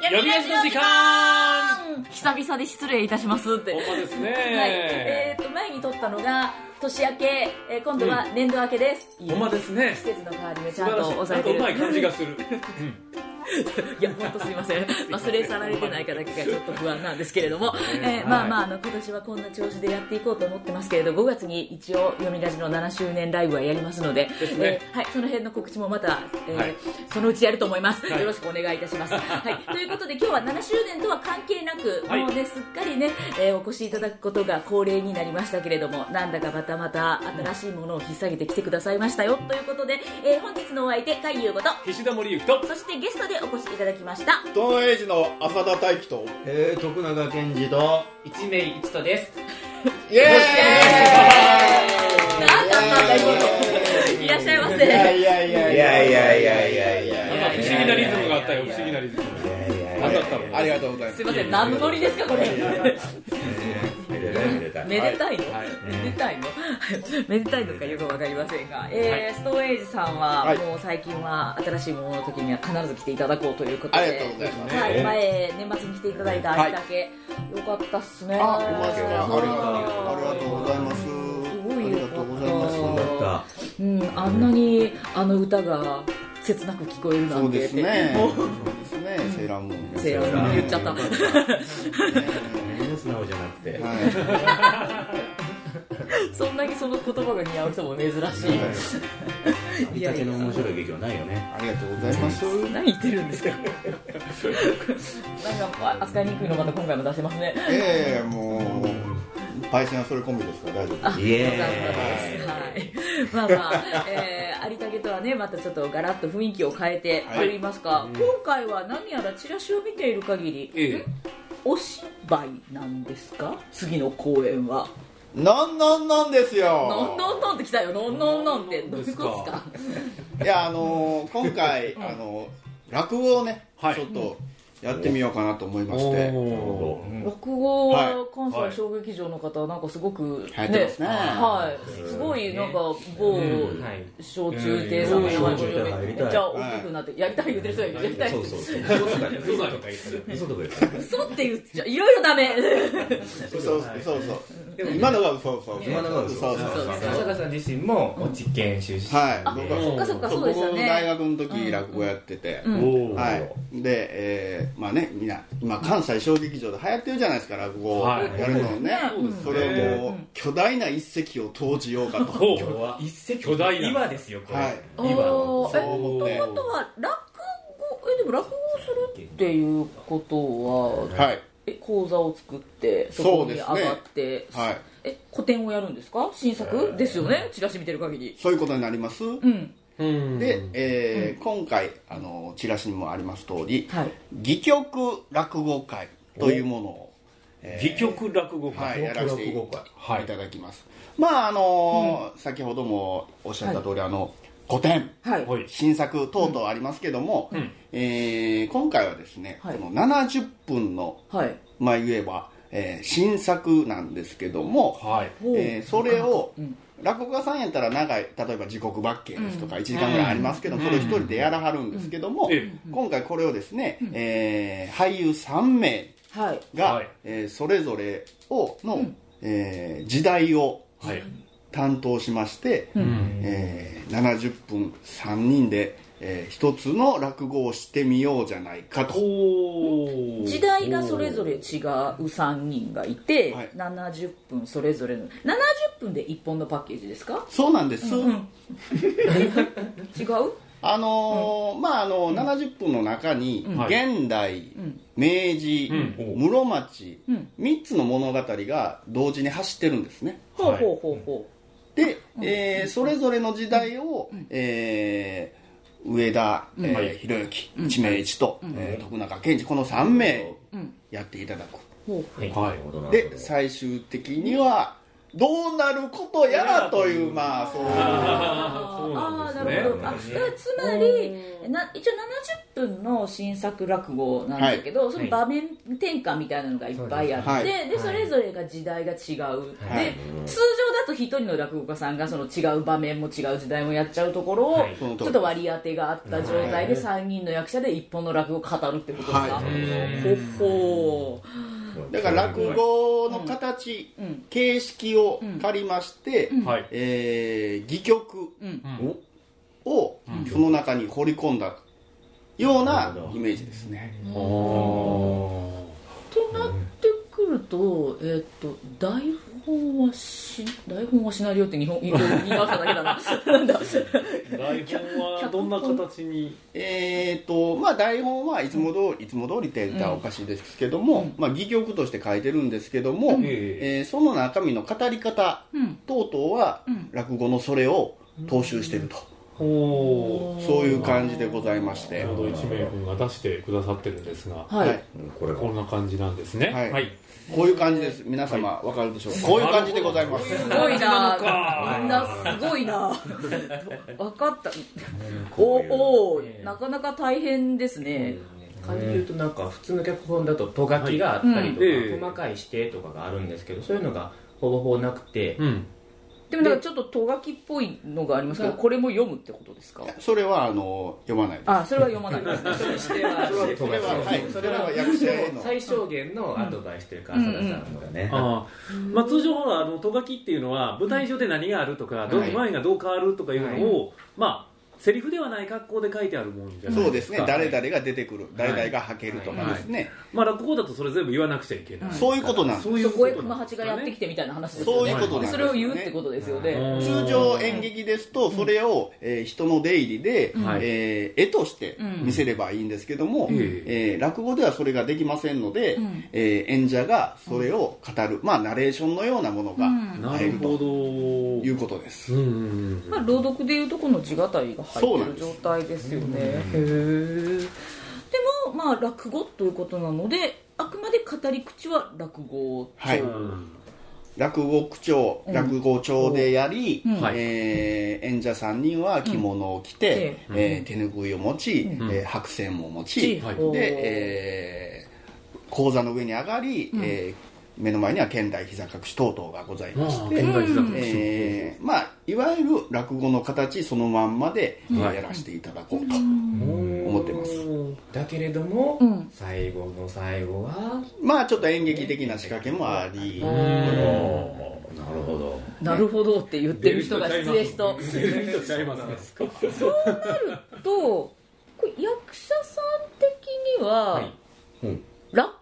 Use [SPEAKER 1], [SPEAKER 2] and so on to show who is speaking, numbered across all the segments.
[SPEAKER 1] 呼び出しの時間
[SPEAKER 2] 久々で失礼いたしますって。
[SPEAKER 1] 本
[SPEAKER 2] はい。
[SPEAKER 1] 当です
[SPEAKER 2] え
[SPEAKER 1] ね
[SPEAKER 2] っ、と、前に撮ったのが、年明け、えー今度は年度明けです。
[SPEAKER 1] ほんまですね
[SPEAKER 2] 季節の変わり目ち
[SPEAKER 1] 素
[SPEAKER 2] ゃん
[SPEAKER 1] 晴ら
[SPEAKER 2] と
[SPEAKER 1] しい
[SPEAKER 2] 押
[SPEAKER 1] な
[SPEAKER 2] さ
[SPEAKER 1] ん
[SPEAKER 2] え
[SPEAKER 1] か
[SPEAKER 2] て
[SPEAKER 1] うまい感じ
[SPEAKER 2] る。
[SPEAKER 1] がする
[SPEAKER 2] いや、本当すみません。忘れ去られてないかだけがちょっと不安なんですけれども、えーまあまあ、あの、今年はこんな調子でやっていこうと思ってますけれど、5月に一応、読み出しの7周年ライブはやりますので、
[SPEAKER 1] すね
[SPEAKER 2] えーはい、その辺の告知もまた、えー
[SPEAKER 1] はい
[SPEAKER 2] そのうちやると思います。
[SPEAKER 1] はい
[SPEAKER 2] よろしくお願いいたします。はい、ということで、今日は7周年とは関係なく、
[SPEAKER 1] はい
[SPEAKER 2] もうね、すっかりね、えーお越しいただくことが恒例になりましたけれども、なんだかまたまた新しいものを引っ提げてきてくださいましたよ。ということで、えー本日のお相手、海優こと、
[SPEAKER 1] 岸田森ゆと
[SPEAKER 2] そしてゲストでお越しいただきました。
[SPEAKER 3] 東映時の浅田大樹と
[SPEAKER 4] えー、徳永健二と
[SPEAKER 5] 一名一とです。
[SPEAKER 3] イエーイ
[SPEAKER 2] なんだったんだ今のいらっしゃいませ。
[SPEAKER 3] いやいや
[SPEAKER 4] いやいやいやいやいや
[SPEAKER 1] なんか不思議なリズムがあったよ不思議なリズムなんだったの
[SPEAKER 3] ありがとうございます
[SPEAKER 2] すいません、何のノリですか、これ。
[SPEAKER 4] めでたいめでたい
[SPEAKER 2] めでたいの、
[SPEAKER 1] はい
[SPEAKER 2] めでたいのめでたいのかよくわかりませんが、えーストーンエイジさんは、
[SPEAKER 3] はい
[SPEAKER 2] もう最近は新しいものの時には必ず来ていただこうということ
[SPEAKER 3] あ
[SPEAKER 2] で。
[SPEAKER 3] りがとうございます
[SPEAKER 2] はい、
[SPEAKER 4] ね
[SPEAKER 2] 前、年末に来ていただいたあれだけ、よかったっすね。
[SPEAKER 3] あ、おまじかありが
[SPEAKER 2] はい
[SPEAKER 3] とうありがとうございます
[SPEAKER 2] ごい
[SPEAKER 3] あり
[SPEAKER 2] よ
[SPEAKER 3] が
[SPEAKER 2] か
[SPEAKER 3] とう
[SPEAKER 2] っ
[SPEAKER 3] ございます
[SPEAKER 2] たうん、あんなにあの歌が切なく聞こえるな
[SPEAKER 3] そ
[SPEAKER 2] ん
[SPEAKER 3] う
[SPEAKER 2] て
[SPEAKER 3] ですねそうですねセーラームーン
[SPEAKER 2] セーラームーン言っちゃった
[SPEAKER 4] 何も素直じゃなくて
[SPEAKER 3] は
[SPEAKER 2] そんなにその言葉が似合う人も珍し
[SPEAKER 4] 見立ての面白い劇はないよね
[SPEAKER 3] いありがとうございます
[SPEAKER 2] い何言ってるんですかなんか扱いにくいのまた今回も出せますね
[SPEAKER 3] ええもうパイセンはそれ込みですから大丈夫
[SPEAKER 4] イエ
[SPEAKER 2] よかったですはい、まあまあ、えー、有武とはねまたちょっとガラッと雰囲気を変えてと
[SPEAKER 3] はい
[SPEAKER 2] 言いますか、今回は何やらチラシを見ている限り、
[SPEAKER 1] ええ
[SPEAKER 2] お芝居なんですか次の公演は
[SPEAKER 3] なんなんなんですよ
[SPEAKER 2] のんのんのんってきたよのんのんのんってどういうことですか
[SPEAKER 3] いやあのー今回、あのー落語をね、
[SPEAKER 1] はい
[SPEAKER 3] ちょっとやってみようかなと思いまして、
[SPEAKER 1] おー
[SPEAKER 2] 落語
[SPEAKER 3] は
[SPEAKER 2] は関西小劇場の方はなんかすごく
[SPEAKER 3] 流行ってますね
[SPEAKER 2] はい、すごいなんか某
[SPEAKER 5] はい。
[SPEAKER 2] 小中亭さんの名前も
[SPEAKER 4] うんはい
[SPEAKER 2] めっちゃ大きくなってやりたい言ってる人がいるやりたい
[SPEAKER 4] そうそうそう嘘とかじゃない
[SPEAKER 1] 嘘だとか言ってる
[SPEAKER 4] 嘘とか言ってない
[SPEAKER 2] 嘘って言っちゃいろいろダ メ
[SPEAKER 3] そうそうそうそう今のが嘘そうそう
[SPEAKER 4] 今のが嘘
[SPEAKER 3] そうそう
[SPEAKER 2] そうそう
[SPEAKER 5] 坂田さん自身も実験修士。
[SPEAKER 3] はい
[SPEAKER 2] あ
[SPEAKER 3] 僕は
[SPEAKER 2] そっかそっかそうですよ
[SPEAKER 3] 僕の大
[SPEAKER 2] ね
[SPEAKER 3] 学の時落語やってて、
[SPEAKER 2] うん
[SPEAKER 4] おー
[SPEAKER 3] はい、で、えーまあねみんな今関西小劇場で流行ってるじゃないですか落語を
[SPEAKER 1] はい
[SPEAKER 3] やるのね、
[SPEAKER 2] うん
[SPEAKER 3] それをもう、巨大な一石を投じようかと
[SPEAKER 1] ほう
[SPEAKER 5] 今日は一石
[SPEAKER 1] 巨大な
[SPEAKER 5] 今ですよ。これ
[SPEAKER 3] はい
[SPEAKER 2] あ
[SPEAKER 5] 今の
[SPEAKER 2] ーえ
[SPEAKER 3] そう思
[SPEAKER 2] と
[SPEAKER 3] って
[SPEAKER 2] いうことは落語えでも落語をするっていうことは
[SPEAKER 3] はい
[SPEAKER 2] え講座を作ってそこに上
[SPEAKER 3] そうですね
[SPEAKER 2] がって、
[SPEAKER 3] はい
[SPEAKER 2] え個展をやるんですか新作ですよねチラシ見てる限り
[SPEAKER 3] そういうことになります、
[SPEAKER 2] うん
[SPEAKER 1] うん
[SPEAKER 3] で、えー今回あのチラシにもあります通り、
[SPEAKER 2] はい
[SPEAKER 3] 戯曲落語会というものを、えー
[SPEAKER 1] 戯曲落語
[SPEAKER 3] はい、
[SPEAKER 1] 会
[SPEAKER 3] やらせてい
[SPEAKER 4] 落語会
[SPEAKER 1] はい
[SPEAKER 3] ただきます、まああのー先ほどもおっしゃった通り、あの古典
[SPEAKER 2] はい
[SPEAKER 1] はい
[SPEAKER 3] 新作等々ありますけども、
[SPEAKER 1] ん
[SPEAKER 3] えー今回はですね、
[SPEAKER 2] はい
[SPEAKER 3] この70分の
[SPEAKER 2] はい
[SPEAKER 3] まあ言えば、えー新作なんですけども、
[SPEAKER 1] はい
[SPEAKER 3] えーそれを
[SPEAKER 2] うん
[SPEAKER 3] 落語家さんやったら長い例えば時刻ばっけですとか1時間ぐらいありますけどもそれを一人でやらはるんですけども
[SPEAKER 1] うんえ
[SPEAKER 3] 今回これをですねえー俳優3名
[SPEAKER 2] はい
[SPEAKER 3] が
[SPEAKER 1] はい
[SPEAKER 3] えーそれぞれをの
[SPEAKER 2] ん
[SPEAKER 3] えー時代を
[SPEAKER 1] はい
[SPEAKER 3] 担当しまして
[SPEAKER 1] うん
[SPEAKER 3] えー70分3人でえー一つの落語をしてみようじゃないかと
[SPEAKER 1] おー
[SPEAKER 2] 時代がそれぞれ違う3人がいて、
[SPEAKER 3] はい
[SPEAKER 2] 70分それぞれの70分で1本のパッケージですか
[SPEAKER 3] そうなんです
[SPEAKER 2] 違う
[SPEAKER 3] あのーまああの70分の中に、
[SPEAKER 1] はい
[SPEAKER 3] 現代、
[SPEAKER 2] ん
[SPEAKER 3] 明治、
[SPEAKER 1] うん
[SPEAKER 3] 室町、
[SPEAKER 2] うん
[SPEAKER 3] 3つの物語が同時に走ってるんですね
[SPEAKER 2] ほうほうほうほ
[SPEAKER 3] で、えーそれぞれの時代を、えー上田、え
[SPEAKER 1] は
[SPEAKER 3] ー
[SPEAKER 1] い
[SPEAKER 3] ひろゆき知名一と、えー徳永健二この3名
[SPEAKER 2] ううん
[SPEAKER 3] やっていただく、
[SPEAKER 2] ほう
[SPEAKER 5] はい。
[SPEAKER 1] は
[SPEAKER 5] はいい。
[SPEAKER 3] で最終的にはどうなることやらというまあそういう
[SPEAKER 1] あーそうなんで
[SPEAKER 2] あーな
[SPEAKER 1] すね
[SPEAKER 2] るほどあだからつまりな一応70分の新作落語なんだけど、その場面転換みたいなのがいっぱいあって、
[SPEAKER 3] はい
[SPEAKER 2] でそれぞれが時代が違う、
[SPEAKER 5] はい
[SPEAKER 2] で通常だと一人の落語家さんがその違う場面も違う時代もやっちゃうところを、
[SPEAKER 5] はい
[SPEAKER 2] ちょっと割り当てがあった状態で3人の役者で一本の落語を語るってことですか、
[SPEAKER 3] はい
[SPEAKER 2] ほほ
[SPEAKER 3] だから落語の形、
[SPEAKER 2] うん
[SPEAKER 3] 形式を借りまして、
[SPEAKER 1] はい
[SPEAKER 3] えー、戯曲
[SPEAKER 2] うん
[SPEAKER 3] をその中に掘り込んだよう
[SPEAKER 4] な
[SPEAKER 3] な
[SPEAKER 4] るほど
[SPEAKER 3] イメージですね、
[SPEAKER 2] ってなってくると,、えー、と台本はし台本はシナリオって日本言い直しただけだな なんだ
[SPEAKER 1] 台本はどんな形に
[SPEAKER 3] えーとまあ、台本はいつも通りいつも通りって言ったらおかしいですけども、まあ、戯曲として書いてるんですけども、
[SPEAKER 1] ん
[SPEAKER 3] えーその中身の語り方
[SPEAKER 2] うん
[SPEAKER 3] 等々は
[SPEAKER 2] うん
[SPEAKER 3] 落語のそれを踏襲してると、
[SPEAKER 1] ほ
[SPEAKER 3] そういう感じでございまし
[SPEAKER 1] う
[SPEAKER 3] て
[SPEAKER 1] ちょうど一名君が出してくださってるんですが
[SPEAKER 2] はい、
[SPEAKER 3] はい
[SPEAKER 4] これが
[SPEAKER 1] こんな感じなんですね
[SPEAKER 3] はいこういう感じです皆様わかるでしょうか、こういう感じでございます
[SPEAKER 2] すごいなみんなすごいな分かったおおーなかなか大変ですね、
[SPEAKER 5] 感じで言うとなんか普通の脚本だととがきがあったりとか、
[SPEAKER 1] はいうんええ
[SPEAKER 5] 細かい指定とかがあるんですけどそういうのがほぼほぼなくて、
[SPEAKER 1] うん
[SPEAKER 2] でもなんかちょっととがきっぽいのがありますけどこれも読むってことですか
[SPEAKER 3] それはあの読まないです
[SPEAKER 2] あそれは読まないですねそれしては
[SPEAKER 3] それは、はい、それは役者への
[SPEAKER 5] 最小限のアドバイスというか浅田さんのがね、
[SPEAKER 1] あーまあ、通常ほらあのとがきっていうのは舞台上で何があるとか、どう
[SPEAKER 3] はい
[SPEAKER 1] 前がどう変わるとかいうのを、まあセリフではない格好で書いてあるもんじゃない
[SPEAKER 3] そう
[SPEAKER 1] で
[SPEAKER 3] ですす
[SPEAKER 1] か
[SPEAKER 3] ね誰々が出てくる誰々が吐けるとかですね、
[SPEAKER 1] まあ落語だとそれ全部言わなくちゃいけない、
[SPEAKER 3] そういうことなんです、
[SPEAKER 1] そうい
[SPEAKER 2] そ
[SPEAKER 1] う
[SPEAKER 2] こ
[SPEAKER 1] こ
[SPEAKER 2] と
[SPEAKER 1] な
[SPEAKER 2] へ
[SPEAKER 1] んです
[SPEAKER 2] 熊八がやってきてみたいな話ですよ
[SPEAKER 3] そう
[SPEAKER 2] ね
[SPEAKER 3] いうことなんです、ね、
[SPEAKER 2] それを言うってことですよね、
[SPEAKER 1] うん
[SPEAKER 3] 通常演劇ですとそれを、えー人の出入りで、
[SPEAKER 1] はい
[SPEAKER 3] えー絵として見せればいいんですけど
[SPEAKER 1] ん
[SPEAKER 3] も、えー落語ではそれができませんので、
[SPEAKER 2] うん
[SPEAKER 3] えー演者がそれを語る、まあナレーションのようなものが
[SPEAKER 2] うん
[SPEAKER 1] な
[SPEAKER 3] 入
[SPEAKER 1] る
[SPEAKER 3] る
[SPEAKER 1] ほ
[SPEAKER 3] と
[SPEAKER 1] どう
[SPEAKER 3] いうことです、
[SPEAKER 1] んうんうん
[SPEAKER 2] まあ、朗読でいうとこの地語りが
[SPEAKER 3] そう
[SPEAKER 2] 入っ
[SPEAKER 3] な
[SPEAKER 2] てる
[SPEAKER 3] んで
[SPEAKER 2] 状
[SPEAKER 3] す
[SPEAKER 2] 態ですよねへえでもまあ落語ということなのであくまで語り口は落語
[SPEAKER 3] はい
[SPEAKER 1] うん
[SPEAKER 3] 落語口調
[SPEAKER 2] うん
[SPEAKER 3] 落語調でやり、
[SPEAKER 2] うん
[SPEAKER 1] はい
[SPEAKER 3] えー演者3人は着物を着て、
[SPEAKER 2] う
[SPEAKER 3] えー手ぬぐいを持ち、
[SPEAKER 1] ん
[SPEAKER 3] えー白線も持ち、
[SPEAKER 1] はい
[SPEAKER 3] で、えー講座の上に上がり、えー目の前には剣台膝隠し等々がござい
[SPEAKER 1] ま
[SPEAKER 3] まし
[SPEAKER 1] あ
[SPEAKER 3] て、
[SPEAKER 1] 天台膝隠し
[SPEAKER 3] えーまあ、いわゆる落語の形そのまんまで、えーやらせていただこうと思ってます、
[SPEAKER 5] だけれども、
[SPEAKER 2] うん
[SPEAKER 5] 最後の最後は
[SPEAKER 3] まあちょっと演劇的な仕掛けもあり、
[SPEAKER 4] なるほど
[SPEAKER 2] なるほどって言ってる人が失礼しと
[SPEAKER 1] 出る人ちゃいますね
[SPEAKER 2] とこれ役者さん的には、
[SPEAKER 5] はい
[SPEAKER 4] うん
[SPEAKER 2] 落語家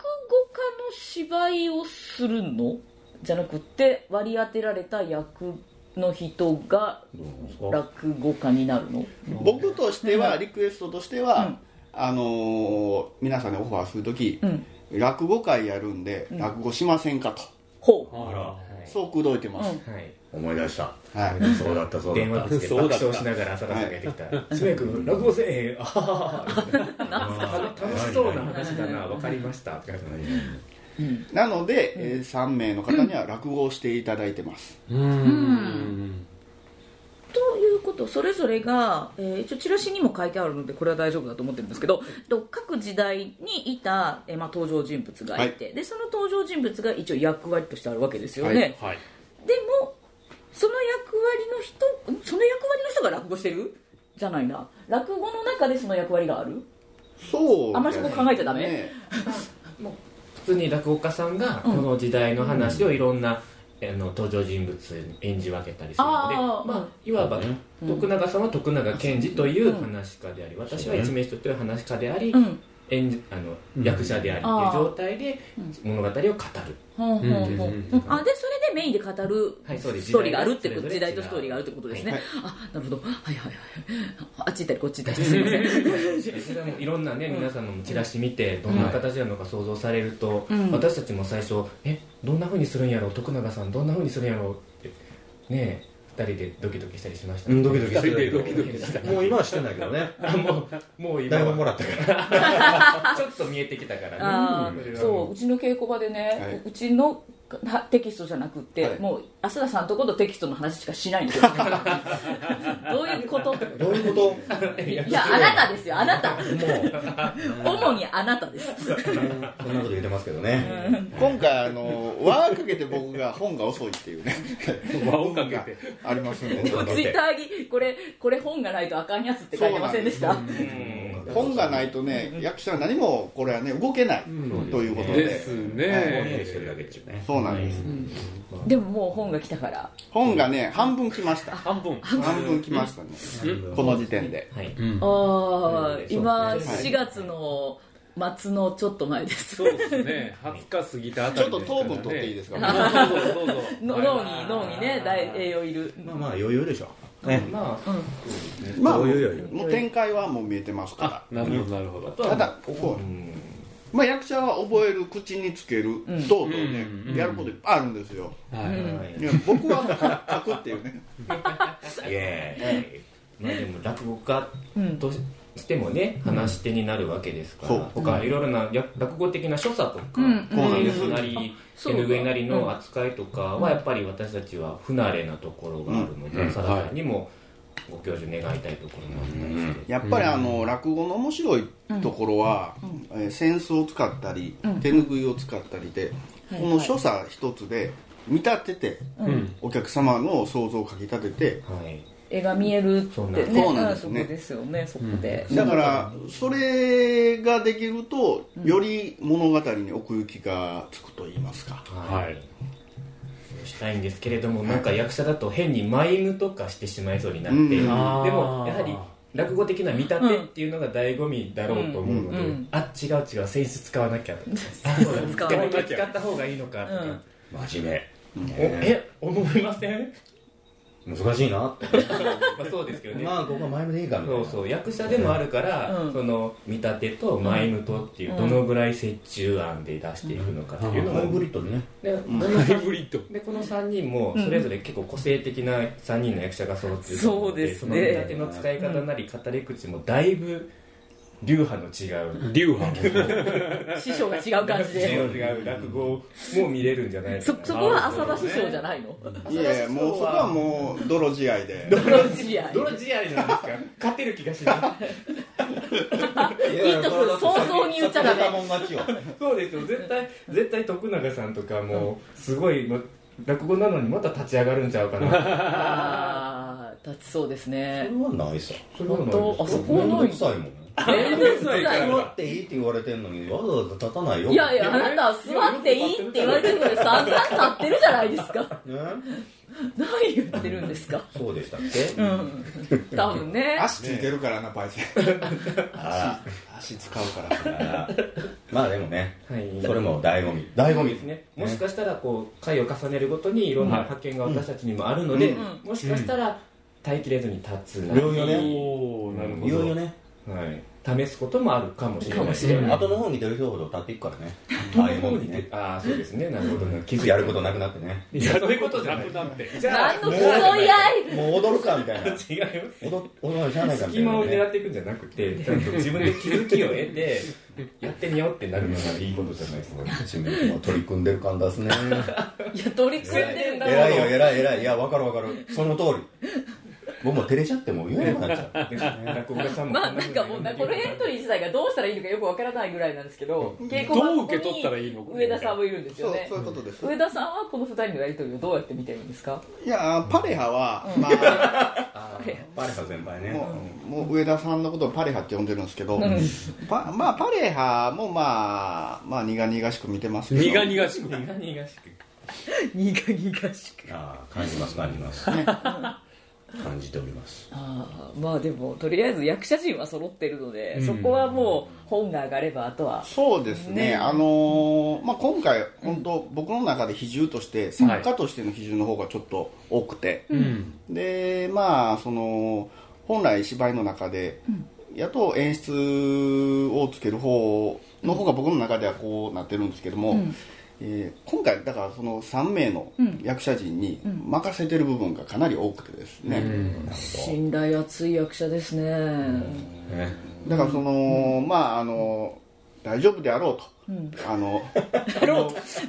[SPEAKER 2] の芝居をするのじゃなくって割り当てられた役の人が
[SPEAKER 4] どうなんですか
[SPEAKER 2] 落語家になるの
[SPEAKER 3] 僕としては、リクエストとしては、
[SPEAKER 2] うん
[SPEAKER 3] あのー皆さんにオファーする時、
[SPEAKER 2] うん
[SPEAKER 3] 落語会やるんで、落語しませんかと
[SPEAKER 2] ほう
[SPEAKER 1] あら
[SPEAKER 3] そう口説いてます、
[SPEAKER 2] うん
[SPEAKER 5] はい
[SPEAKER 4] 思い出した
[SPEAKER 3] はい
[SPEAKER 4] そうだったそう
[SPEAKER 5] 電
[SPEAKER 4] だ
[SPEAKER 5] 話
[SPEAKER 4] っ
[SPEAKER 5] 口で爆笑しながら浅田さんがやってきた「しめ君落語せえへん」あははは楽しそうな話だな分かりましたって感じ
[SPEAKER 4] た
[SPEAKER 3] なので、え3名の方には落語をしていただいてます、
[SPEAKER 1] うん
[SPEAKER 2] ということそれぞれが、えー一応チラシにも書いてあるのでこれは大丈夫だと思ってるんですけどと各時代にいた、えーまあ、登場人物がいて、でその登場人物が一応役割としてあるわけですよね、
[SPEAKER 3] はい
[SPEAKER 1] はい
[SPEAKER 2] でもその役割の人んその役割の人が落語してるじゃないな落語の中でその役割がある
[SPEAKER 3] そう
[SPEAKER 2] あんまりそこ考えちゃダメ
[SPEAKER 3] ね
[SPEAKER 5] 普通に落語家さんがこの時代の話をいろんな、あの登場人物に演じ分けたりするので
[SPEAKER 2] あー
[SPEAKER 5] まあ、いわば、徳永さんは徳永賢治という話し家であり私は一名人という話し家であり、
[SPEAKER 2] うん
[SPEAKER 5] 演じあの役者でありという状態で物語を語る、
[SPEAKER 2] ほうほうほう、
[SPEAKER 1] うん
[SPEAKER 2] うんあでそれでメインで語る
[SPEAKER 5] はいそうです
[SPEAKER 2] ストーリーがあるってこと時
[SPEAKER 5] 時代
[SPEAKER 2] 代と
[SPEAKER 5] と
[SPEAKER 2] ス
[SPEAKER 5] スト
[SPEAKER 2] トー
[SPEAKER 5] ー
[SPEAKER 2] リ
[SPEAKER 5] リー
[SPEAKER 2] ー
[SPEAKER 5] が
[SPEAKER 2] が
[SPEAKER 5] あ
[SPEAKER 2] ある
[SPEAKER 5] る
[SPEAKER 2] ってことです
[SPEAKER 5] は
[SPEAKER 2] ね、あなるほどはいはいはいあっち行ったりこっち行ったりすいません
[SPEAKER 5] それ もいろんなね皆さんのチラシ見てどんな形なのか想像されると、
[SPEAKER 2] うん
[SPEAKER 5] 私たちも最初えどんな風にするんやろう徳永さんどんな風にするんやろうってねえ二人でドキドキしたりしました、
[SPEAKER 4] うんドキドキしてたけど
[SPEAKER 1] ドキドキした
[SPEAKER 4] もう今はしてないけどね
[SPEAKER 5] あもうもう今
[SPEAKER 4] 台本も
[SPEAKER 5] は
[SPEAKER 4] らったから
[SPEAKER 5] ちょっと見えてきたからね
[SPEAKER 2] あー
[SPEAKER 5] ん
[SPEAKER 2] そううちの稽古場でね、
[SPEAKER 3] はいう
[SPEAKER 2] ちのはテキストじゃなくって、
[SPEAKER 3] はい
[SPEAKER 2] もう浅田さんとことテキストの話しかしないんですよどういうこと
[SPEAKER 3] どういうこ
[SPEAKER 2] いやあなたですよあなた主にあなたです
[SPEAKER 4] そんなこと言ってますけどね。
[SPEAKER 3] と今回あの 輪をかけて僕が本が遅いっていうね
[SPEAKER 1] 輪をかけて
[SPEAKER 3] ありますんで
[SPEAKER 2] でもツイッターにこれこれ本がないとあかんやつって書いてませんでした
[SPEAKER 3] 本がないとね役者は何もこれはね動けないということ
[SPEAKER 1] で
[SPEAKER 3] です
[SPEAKER 4] ぼんやり
[SPEAKER 1] ね
[SPEAKER 4] してるだけっていうね。
[SPEAKER 3] そうなんです
[SPEAKER 2] でももう本が来たから
[SPEAKER 3] 本がね半分来ました
[SPEAKER 1] 半分
[SPEAKER 3] 半分来ましたねこの時点で
[SPEAKER 4] はい。
[SPEAKER 1] うん
[SPEAKER 2] ああ
[SPEAKER 4] うん
[SPEAKER 2] 今
[SPEAKER 4] そうです
[SPEAKER 3] ねは
[SPEAKER 2] 4
[SPEAKER 3] い
[SPEAKER 2] 月の末のちょっと前です
[SPEAKER 1] そうですね20日過ぎたあ
[SPEAKER 3] ち
[SPEAKER 1] た
[SPEAKER 3] ょっ
[SPEAKER 1] り
[SPEAKER 3] と
[SPEAKER 1] ですから
[SPEAKER 3] 糖
[SPEAKER 1] ね
[SPEAKER 3] 分取っていい ですか
[SPEAKER 1] どうぞどうぞ
[SPEAKER 2] の
[SPEAKER 1] はい
[SPEAKER 2] 脳に脳にね大栄養いる
[SPEAKER 4] まあまあ余裕でしょ。ね。
[SPEAKER 5] まあ
[SPEAKER 3] まあも
[SPEAKER 4] 余裕より
[SPEAKER 3] うもう展開はもう見えてますか
[SPEAKER 1] あなるほどなるほど
[SPEAKER 3] らただここまあ役者は覚える口につける等々ね
[SPEAKER 1] うんうん
[SPEAKER 3] やることいっぱいあるんですよ
[SPEAKER 1] はい
[SPEAKER 3] いや僕は書くってい うね
[SPEAKER 4] イエ
[SPEAKER 6] まあでも落語家
[SPEAKER 2] うん
[SPEAKER 6] としてもね、話し手になるわけですから、
[SPEAKER 3] そう
[SPEAKER 6] 他いろいろなや落語的な所作とか、
[SPEAKER 2] うん
[SPEAKER 6] こういうなり
[SPEAKER 2] そ
[SPEAKER 6] 手
[SPEAKER 2] うだ
[SPEAKER 6] の上なりの扱いとかはやっぱり私たちは不慣れなところがあるので、
[SPEAKER 4] うん
[SPEAKER 6] さらさんにもご教授願いたいところもあったりして、
[SPEAKER 3] やっぱりあの落語の面白いところは、えー扇子を使ったり、手ぬぐいを使ったりで、
[SPEAKER 2] はい
[SPEAKER 3] この所作一つで見立てて、
[SPEAKER 1] うん
[SPEAKER 3] お客様の想像をかき立て
[SPEAKER 6] はい、
[SPEAKER 2] 絵が見えるって
[SPEAKER 6] そうなん
[SPEAKER 2] ね
[SPEAKER 6] です
[SPEAKER 3] そうなんです
[SPEAKER 2] そこ
[SPEAKER 3] ね
[SPEAKER 2] ですよねそこで
[SPEAKER 3] てだからそれができるとより物語に奥行きがつくと言いますか、
[SPEAKER 6] はい
[SPEAKER 1] はい
[SPEAKER 6] したいんですけれどもなんか役者だと変にマイムとかしてしまいそうになって、
[SPEAKER 3] うん
[SPEAKER 6] でもや
[SPEAKER 1] あー
[SPEAKER 6] はり落語的な見立てっていうのが醍醐味だろうと思うので、
[SPEAKER 2] うんうん
[SPEAKER 6] あ違う違う選出使わなきゃとか
[SPEAKER 2] 使わ
[SPEAKER 6] 手
[SPEAKER 2] な
[SPEAKER 6] の
[SPEAKER 2] きゃ
[SPEAKER 6] 上使った方がいいのかとか、
[SPEAKER 2] うん
[SPEAKER 4] 真面
[SPEAKER 6] おえ思いません、
[SPEAKER 4] 目。難しいな。
[SPEAKER 6] まあ、そうですけどね、
[SPEAKER 4] まあここは前までいいかみたい
[SPEAKER 6] そ
[SPEAKER 4] な。
[SPEAKER 6] うそう役者でもあるから、
[SPEAKER 2] うん
[SPEAKER 6] その見立てとマイムとっていう、
[SPEAKER 2] うん
[SPEAKER 6] どのぐらい折衷案で出していくのかっていうの
[SPEAKER 4] ハイ
[SPEAKER 6] も、
[SPEAKER 4] ブリッドでね。
[SPEAKER 6] で
[SPEAKER 1] ハイブリッド
[SPEAKER 6] でこの3人もそれぞれ結構個性的な3人の役者が揃ってると思の
[SPEAKER 2] そうですね
[SPEAKER 6] その見立ての使い方なり語り口もだいぶ流派の違う
[SPEAKER 1] 流派
[SPEAKER 2] 師匠が違う感じ
[SPEAKER 6] 違
[SPEAKER 2] で
[SPEAKER 6] う違う落語も見れるんじゃないか
[SPEAKER 2] そ
[SPEAKER 6] な
[SPEAKER 2] そこは浅田師匠じゃないの
[SPEAKER 3] いやいやもうそこはもう泥仕合 で
[SPEAKER 2] 泥試合
[SPEAKER 6] 泥試合なんですか勝てる気がしない
[SPEAKER 2] いいところ早々に言っちゃダメ
[SPEAKER 4] それがもん勝ちよ。
[SPEAKER 6] そうですよ絶対絶対徳永さんとかもすごいま落語なのにまた立ち上がるんちゃうかな
[SPEAKER 2] ああ立ちそうです
[SPEAKER 4] それ
[SPEAKER 2] ね
[SPEAKER 4] はないさ。
[SPEAKER 6] それは
[SPEAKER 2] 本
[SPEAKER 6] ない
[SPEAKER 2] 当あそこは
[SPEAKER 4] めん
[SPEAKER 2] な
[SPEAKER 4] ど
[SPEAKER 2] い
[SPEAKER 4] くさいもん。
[SPEAKER 2] 面倒くさい
[SPEAKER 4] 座っていいって言われてんのにわざわざ立たないよ。
[SPEAKER 2] いやいやあなたは座っていいって言われてるのに散々立ってるじゃないですか
[SPEAKER 4] ね。
[SPEAKER 2] 何言ってるんですか
[SPEAKER 4] そうでしたっけ？
[SPEAKER 2] うん多分ね
[SPEAKER 3] 足ついてるからなパイセン
[SPEAKER 4] あ
[SPEAKER 3] 足使うから
[SPEAKER 4] あ。まあでもね。
[SPEAKER 6] はい
[SPEAKER 4] それも醍醐味。醍
[SPEAKER 6] そうですね、もしかしたらこう回を重ねるごとにいろんな発見が私たちにもあるので、
[SPEAKER 2] ん
[SPEAKER 6] もしかしたら耐えきれずに立つな
[SPEAKER 4] 味。いよいよね。
[SPEAKER 1] おおなるほ
[SPEAKER 4] いよいよ
[SPEAKER 1] ど
[SPEAKER 4] ね。
[SPEAKER 6] はい、試すこともあるかもしれない
[SPEAKER 2] かもしれない
[SPEAKER 4] 後の方に出る人ほど立っていくからね。
[SPEAKER 6] あ
[SPEAKER 4] ああいうもんにね。
[SPEAKER 6] あーそうですねなるほどな 気
[SPEAKER 4] いつやることなくなってね。
[SPEAKER 1] いやそういうことじゃなくなって
[SPEAKER 6] じゃあ
[SPEAKER 2] 何の競い合い
[SPEAKER 4] もう踊るかみたいな。
[SPEAKER 6] 違います
[SPEAKER 4] 踊踊らしゃあないかみた
[SPEAKER 6] 隙
[SPEAKER 4] いな
[SPEAKER 6] 間を
[SPEAKER 4] ね、
[SPEAKER 6] 狙っていくんじゃなくてちゃんと自分で気づきを得て やってみようってなるのがいいことじゃない ですか
[SPEAKER 4] 自分も取り組んでる感出すね
[SPEAKER 2] いや取り組んでるんだ
[SPEAKER 4] 偉いよ偉い偉いいや分かる分かるその通り僕も照れちゃってもう言えなくなっちゃう
[SPEAKER 6] 落語家さんも
[SPEAKER 2] まあなんかもうなこのエントリー自体がどうしたらいいのかよくわからないぐらいなんですけど稽古場
[SPEAKER 1] どう受け取ったらいいの
[SPEAKER 2] ここに上田さんもいるんです
[SPEAKER 3] そ
[SPEAKER 2] よ
[SPEAKER 3] う
[SPEAKER 2] ね
[SPEAKER 3] そういうことです
[SPEAKER 2] 上田さんはこの2人のやり取りをどうやって見てるんですか
[SPEAKER 3] いやパレハは、まあ
[SPEAKER 4] パレハ先輩ね
[SPEAKER 3] もうもう上田さんのことをパレハって呼んでるんですけど、
[SPEAKER 2] ん
[SPEAKER 3] パまあ、パレハもまあ、まあ、苦々しく見てますけど
[SPEAKER 1] 苦々しく
[SPEAKER 6] 何がしく
[SPEAKER 2] 苦々しく
[SPEAKER 4] ああ感じます感じます感じております
[SPEAKER 2] ああまあでもとりあえず役者陣は揃ってるので、そこはもう本が上がればあとは
[SPEAKER 3] そうですね
[SPEAKER 2] ね
[SPEAKER 3] あのーまあ、今回本当僕の中で比重として作家としての比重の方がちょっと多くて、
[SPEAKER 1] うん
[SPEAKER 3] でまあその本来芝居の中で、やっと演出をつける方の方が僕の中ではこうなってるんですけども、えー今回だからその3名の役者陣に任せてる部分がかなり多くてですね、
[SPEAKER 2] 信頼厚い役者ですね、
[SPEAKER 4] ね
[SPEAKER 3] だからその、まああの大丈夫であろうと、あの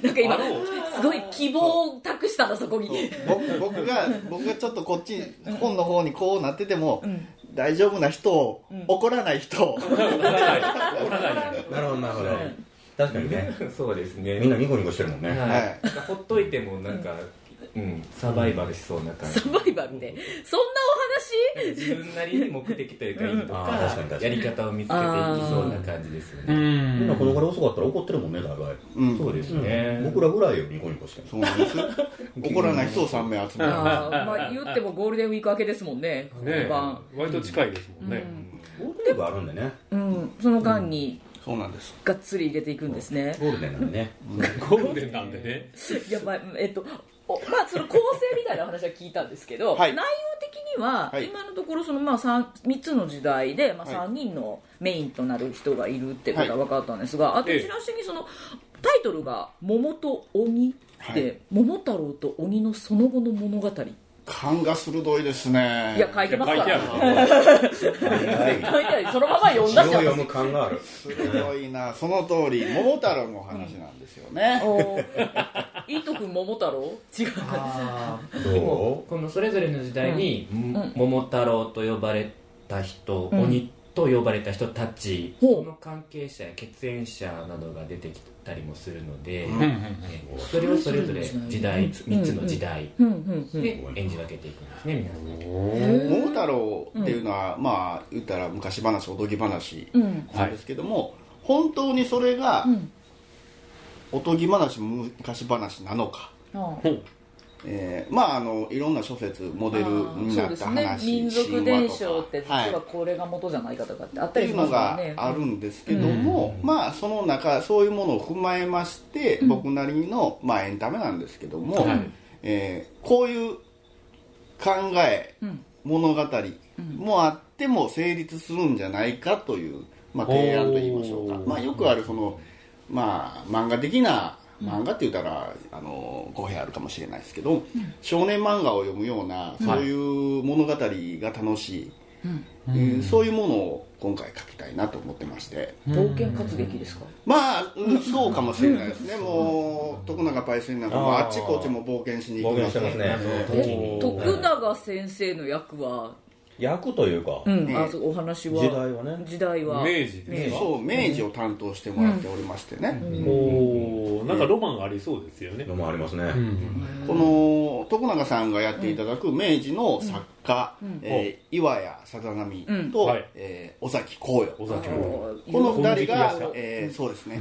[SPEAKER 2] なんか今
[SPEAKER 1] あろう
[SPEAKER 2] すごい希望を託したのそこに
[SPEAKER 3] 僕僕が僕がちょっとこっち本の方にこうなってても、
[SPEAKER 2] ん
[SPEAKER 3] 大丈夫な人を、怒らない人を
[SPEAKER 4] なるほどなるほど確かにね
[SPEAKER 6] そうですね
[SPEAKER 4] みんなニコニコしてるもんね
[SPEAKER 6] はい
[SPEAKER 3] はい
[SPEAKER 6] なんかほっといてもなんか、うん、サバイバルしそうな感じ
[SPEAKER 2] サバイバルでそんなお話
[SPEAKER 6] 自分なりに目的というか意味と
[SPEAKER 4] あー確かに確
[SPEAKER 6] か
[SPEAKER 4] か
[SPEAKER 6] や
[SPEAKER 4] に
[SPEAKER 6] り方を見つけていきそうな感じですよね
[SPEAKER 4] み
[SPEAKER 1] ん
[SPEAKER 4] んなこのぐらい遅かったら怒ってるもんね大概
[SPEAKER 3] うん
[SPEAKER 6] そうですね、
[SPEAKER 4] 僕らぐらいよニコニコしてる
[SPEAKER 3] そうなんです怒らない人を3名集める
[SPEAKER 2] あーまあ言ってもゴールデンウィーク明けですもんね
[SPEAKER 1] ね
[SPEAKER 2] 本番
[SPEAKER 1] 割と近いですもんね、
[SPEAKER 4] ゴールデンウィークあるんでね
[SPEAKER 2] うんその間に
[SPEAKER 3] そうなんです
[SPEAKER 2] がっつり入れていくんですね
[SPEAKER 4] ゴールデンなんでね
[SPEAKER 1] ゴールデンなんでね
[SPEAKER 2] やばいえっとおまあその構成みたいな話は聞いたんですけど、
[SPEAKER 3] はい
[SPEAKER 2] 内容的には、
[SPEAKER 3] はい
[SPEAKER 2] 今のところそのまあ 3, 3つの時代で、まあ、
[SPEAKER 3] はい
[SPEAKER 2] 3人のメインとなる人がいるってことは分かったんですが、
[SPEAKER 1] え
[SPEAKER 2] あ
[SPEAKER 1] え
[SPEAKER 2] とチラシにそのタイトルが「桃と鬼」っ
[SPEAKER 3] は
[SPEAKER 2] て、
[SPEAKER 3] い
[SPEAKER 2] 桃太郎と鬼のその後の物語」
[SPEAKER 3] 勘が鋭いですね
[SPEAKER 2] いや書いてます
[SPEAKER 1] 書い
[SPEAKER 2] か
[SPEAKER 1] て
[SPEAKER 2] ら
[SPEAKER 1] ある
[SPEAKER 2] 書いてあるそのまま読んだ
[SPEAKER 4] 字
[SPEAKER 2] し
[SPEAKER 4] を読む感がある
[SPEAKER 3] 鋭いなその通り桃太郎のお話なんですよね、
[SPEAKER 2] おいとくん桃太郎違う
[SPEAKER 5] あ
[SPEAKER 4] どう
[SPEAKER 6] このそれぞれの時代に、も桃太郎と呼ばれた人、
[SPEAKER 2] うん
[SPEAKER 6] 鬼と呼ばれた人たち、
[SPEAKER 2] ほう
[SPEAKER 6] その関係者や血縁者などが出てきたりもするので、
[SPEAKER 1] うんうん
[SPEAKER 6] えそれをそれぞれ時代3つの時代
[SPEAKER 2] うんうんうん
[SPEAKER 6] で演じ分けていくんですね皆さん
[SPEAKER 3] 桃太郎っていうのは、まあ言ったら昔話おとぎ話
[SPEAKER 2] うん
[SPEAKER 3] なんですけども、本当にそれが
[SPEAKER 2] うん
[SPEAKER 3] おとぎ話昔話なのか、
[SPEAKER 2] あ
[SPEAKER 1] ほう
[SPEAKER 3] えーまああのいろんな諸説モデルに
[SPEAKER 2] そう
[SPEAKER 3] な
[SPEAKER 2] で
[SPEAKER 3] った
[SPEAKER 2] す
[SPEAKER 3] 話、
[SPEAKER 2] ね民族
[SPEAKER 3] 神話と
[SPEAKER 2] 伝
[SPEAKER 3] か
[SPEAKER 2] 承って実
[SPEAKER 3] はい
[SPEAKER 2] はこれが元じゃないかとかってあっ
[SPEAKER 3] って
[SPEAKER 2] たり
[SPEAKER 3] い
[SPEAKER 2] し
[SPEAKER 3] う
[SPEAKER 2] ま
[SPEAKER 3] の
[SPEAKER 2] すから
[SPEAKER 3] が
[SPEAKER 2] ね
[SPEAKER 3] あるんですけども、まあその中そういうものを踏まえまして、僕なりの、まあ、エンタメなんですけども、
[SPEAKER 1] はい
[SPEAKER 3] えーこういう考え、
[SPEAKER 2] うん
[SPEAKER 3] 物語もあっても成立するんじゃないかという、まあ、提案といいましょうか、
[SPEAKER 1] おー
[SPEAKER 3] まあ、よくあるその、まあ、漫画的な漫画って言ったら、あの語弊あるかもしれないですけど、少年漫画を読むようなそういう物語が楽しい、うんそういうものを今回書きたいなと思ってまして。
[SPEAKER 2] 冒険活劇ですか
[SPEAKER 3] まあ、うんそうかもしれないですね、もう、徳永パイセンなんかもあっちこっちも冒険しに行
[SPEAKER 4] 冒
[SPEAKER 3] き
[SPEAKER 4] 険
[SPEAKER 3] ま
[SPEAKER 4] し
[SPEAKER 3] す
[SPEAKER 4] てますね
[SPEAKER 2] え徳永先生の役は、
[SPEAKER 4] 役というか
[SPEAKER 2] うん
[SPEAKER 3] ね
[SPEAKER 2] あそうお話は
[SPEAKER 4] 時代はね
[SPEAKER 2] 時代は
[SPEAKER 1] 明治ですね
[SPEAKER 3] そう、明治を担当してもらっておりましてね、
[SPEAKER 1] おーなんかロマンありそうですよね
[SPEAKER 4] のもありますね
[SPEAKER 1] うん
[SPEAKER 3] この徳永さんがやっていただく明治の作家、えー岩谷定波と、
[SPEAKER 1] うんはい
[SPEAKER 3] えー尾崎紅
[SPEAKER 1] 尾
[SPEAKER 3] 葉
[SPEAKER 1] 崎も
[SPEAKER 3] この
[SPEAKER 1] 二本
[SPEAKER 3] 2人が
[SPEAKER 1] 力、
[SPEAKER 3] えーそうですね、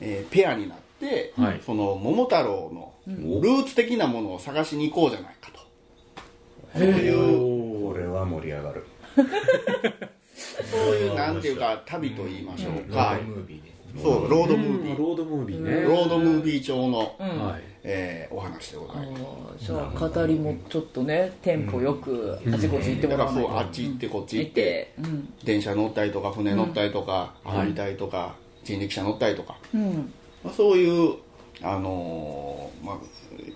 [SPEAKER 3] えーペアになって、
[SPEAKER 1] はい
[SPEAKER 3] その桃太郎の
[SPEAKER 4] お
[SPEAKER 3] ルーツ的なものを探しに行こうじゃないかと。そういう
[SPEAKER 4] これは盛り上がる
[SPEAKER 3] そういうなんていうか旅と言いましょうか、
[SPEAKER 6] ムービーです
[SPEAKER 3] そうロー
[SPEAKER 1] ロ
[SPEAKER 3] ドムービー、
[SPEAKER 1] ードムービーね
[SPEAKER 3] ロードムービー調の、
[SPEAKER 2] うん
[SPEAKER 1] はい
[SPEAKER 3] えーお話でござい
[SPEAKER 2] あ
[SPEAKER 3] ます。
[SPEAKER 2] ーじゃあ語りもちょっとねテンポよくあちこち行っても
[SPEAKER 3] だからら
[SPEAKER 2] わ
[SPEAKER 3] そ
[SPEAKER 2] ないうと
[SPEAKER 3] あっち行ってこっち行
[SPEAKER 2] 行
[SPEAKER 3] っ
[SPEAKER 2] っててうん
[SPEAKER 3] 電車乗ったりとか船乗ったりとか歩いたりとか人力車乗ったりとか、
[SPEAKER 2] うん
[SPEAKER 3] まあ、そういうあのーまあ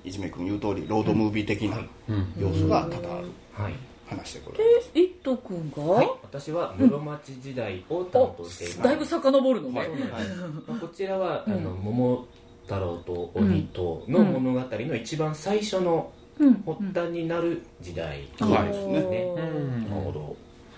[SPEAKER 3] いじめ君言う通りロードムービー的な要素が多々ある
[SPEAKER 6] はい
[SPEAKER 3] 話でございます。
[SPEAKER 2] で一斗くんが
[SPEAKER 6] 私は室町時代を担当しています
[SPEAKER 2] だいぶ遡るのね
[SPEAKER 6] まあこちらは、あの桃太郎と鬼との物語の一番最初の
[SPEAKER 2] うん
[SPEAKER 6] 発端になる時代です
[SPEAKER 2] あ
[SPEAKER 6] ね、
[SPEAKER 3] は
[SPEAKER 2] ー
[SPEAKER 3] いですね
[SPEAKER 1] うん
[SPEAKER 6] なるほど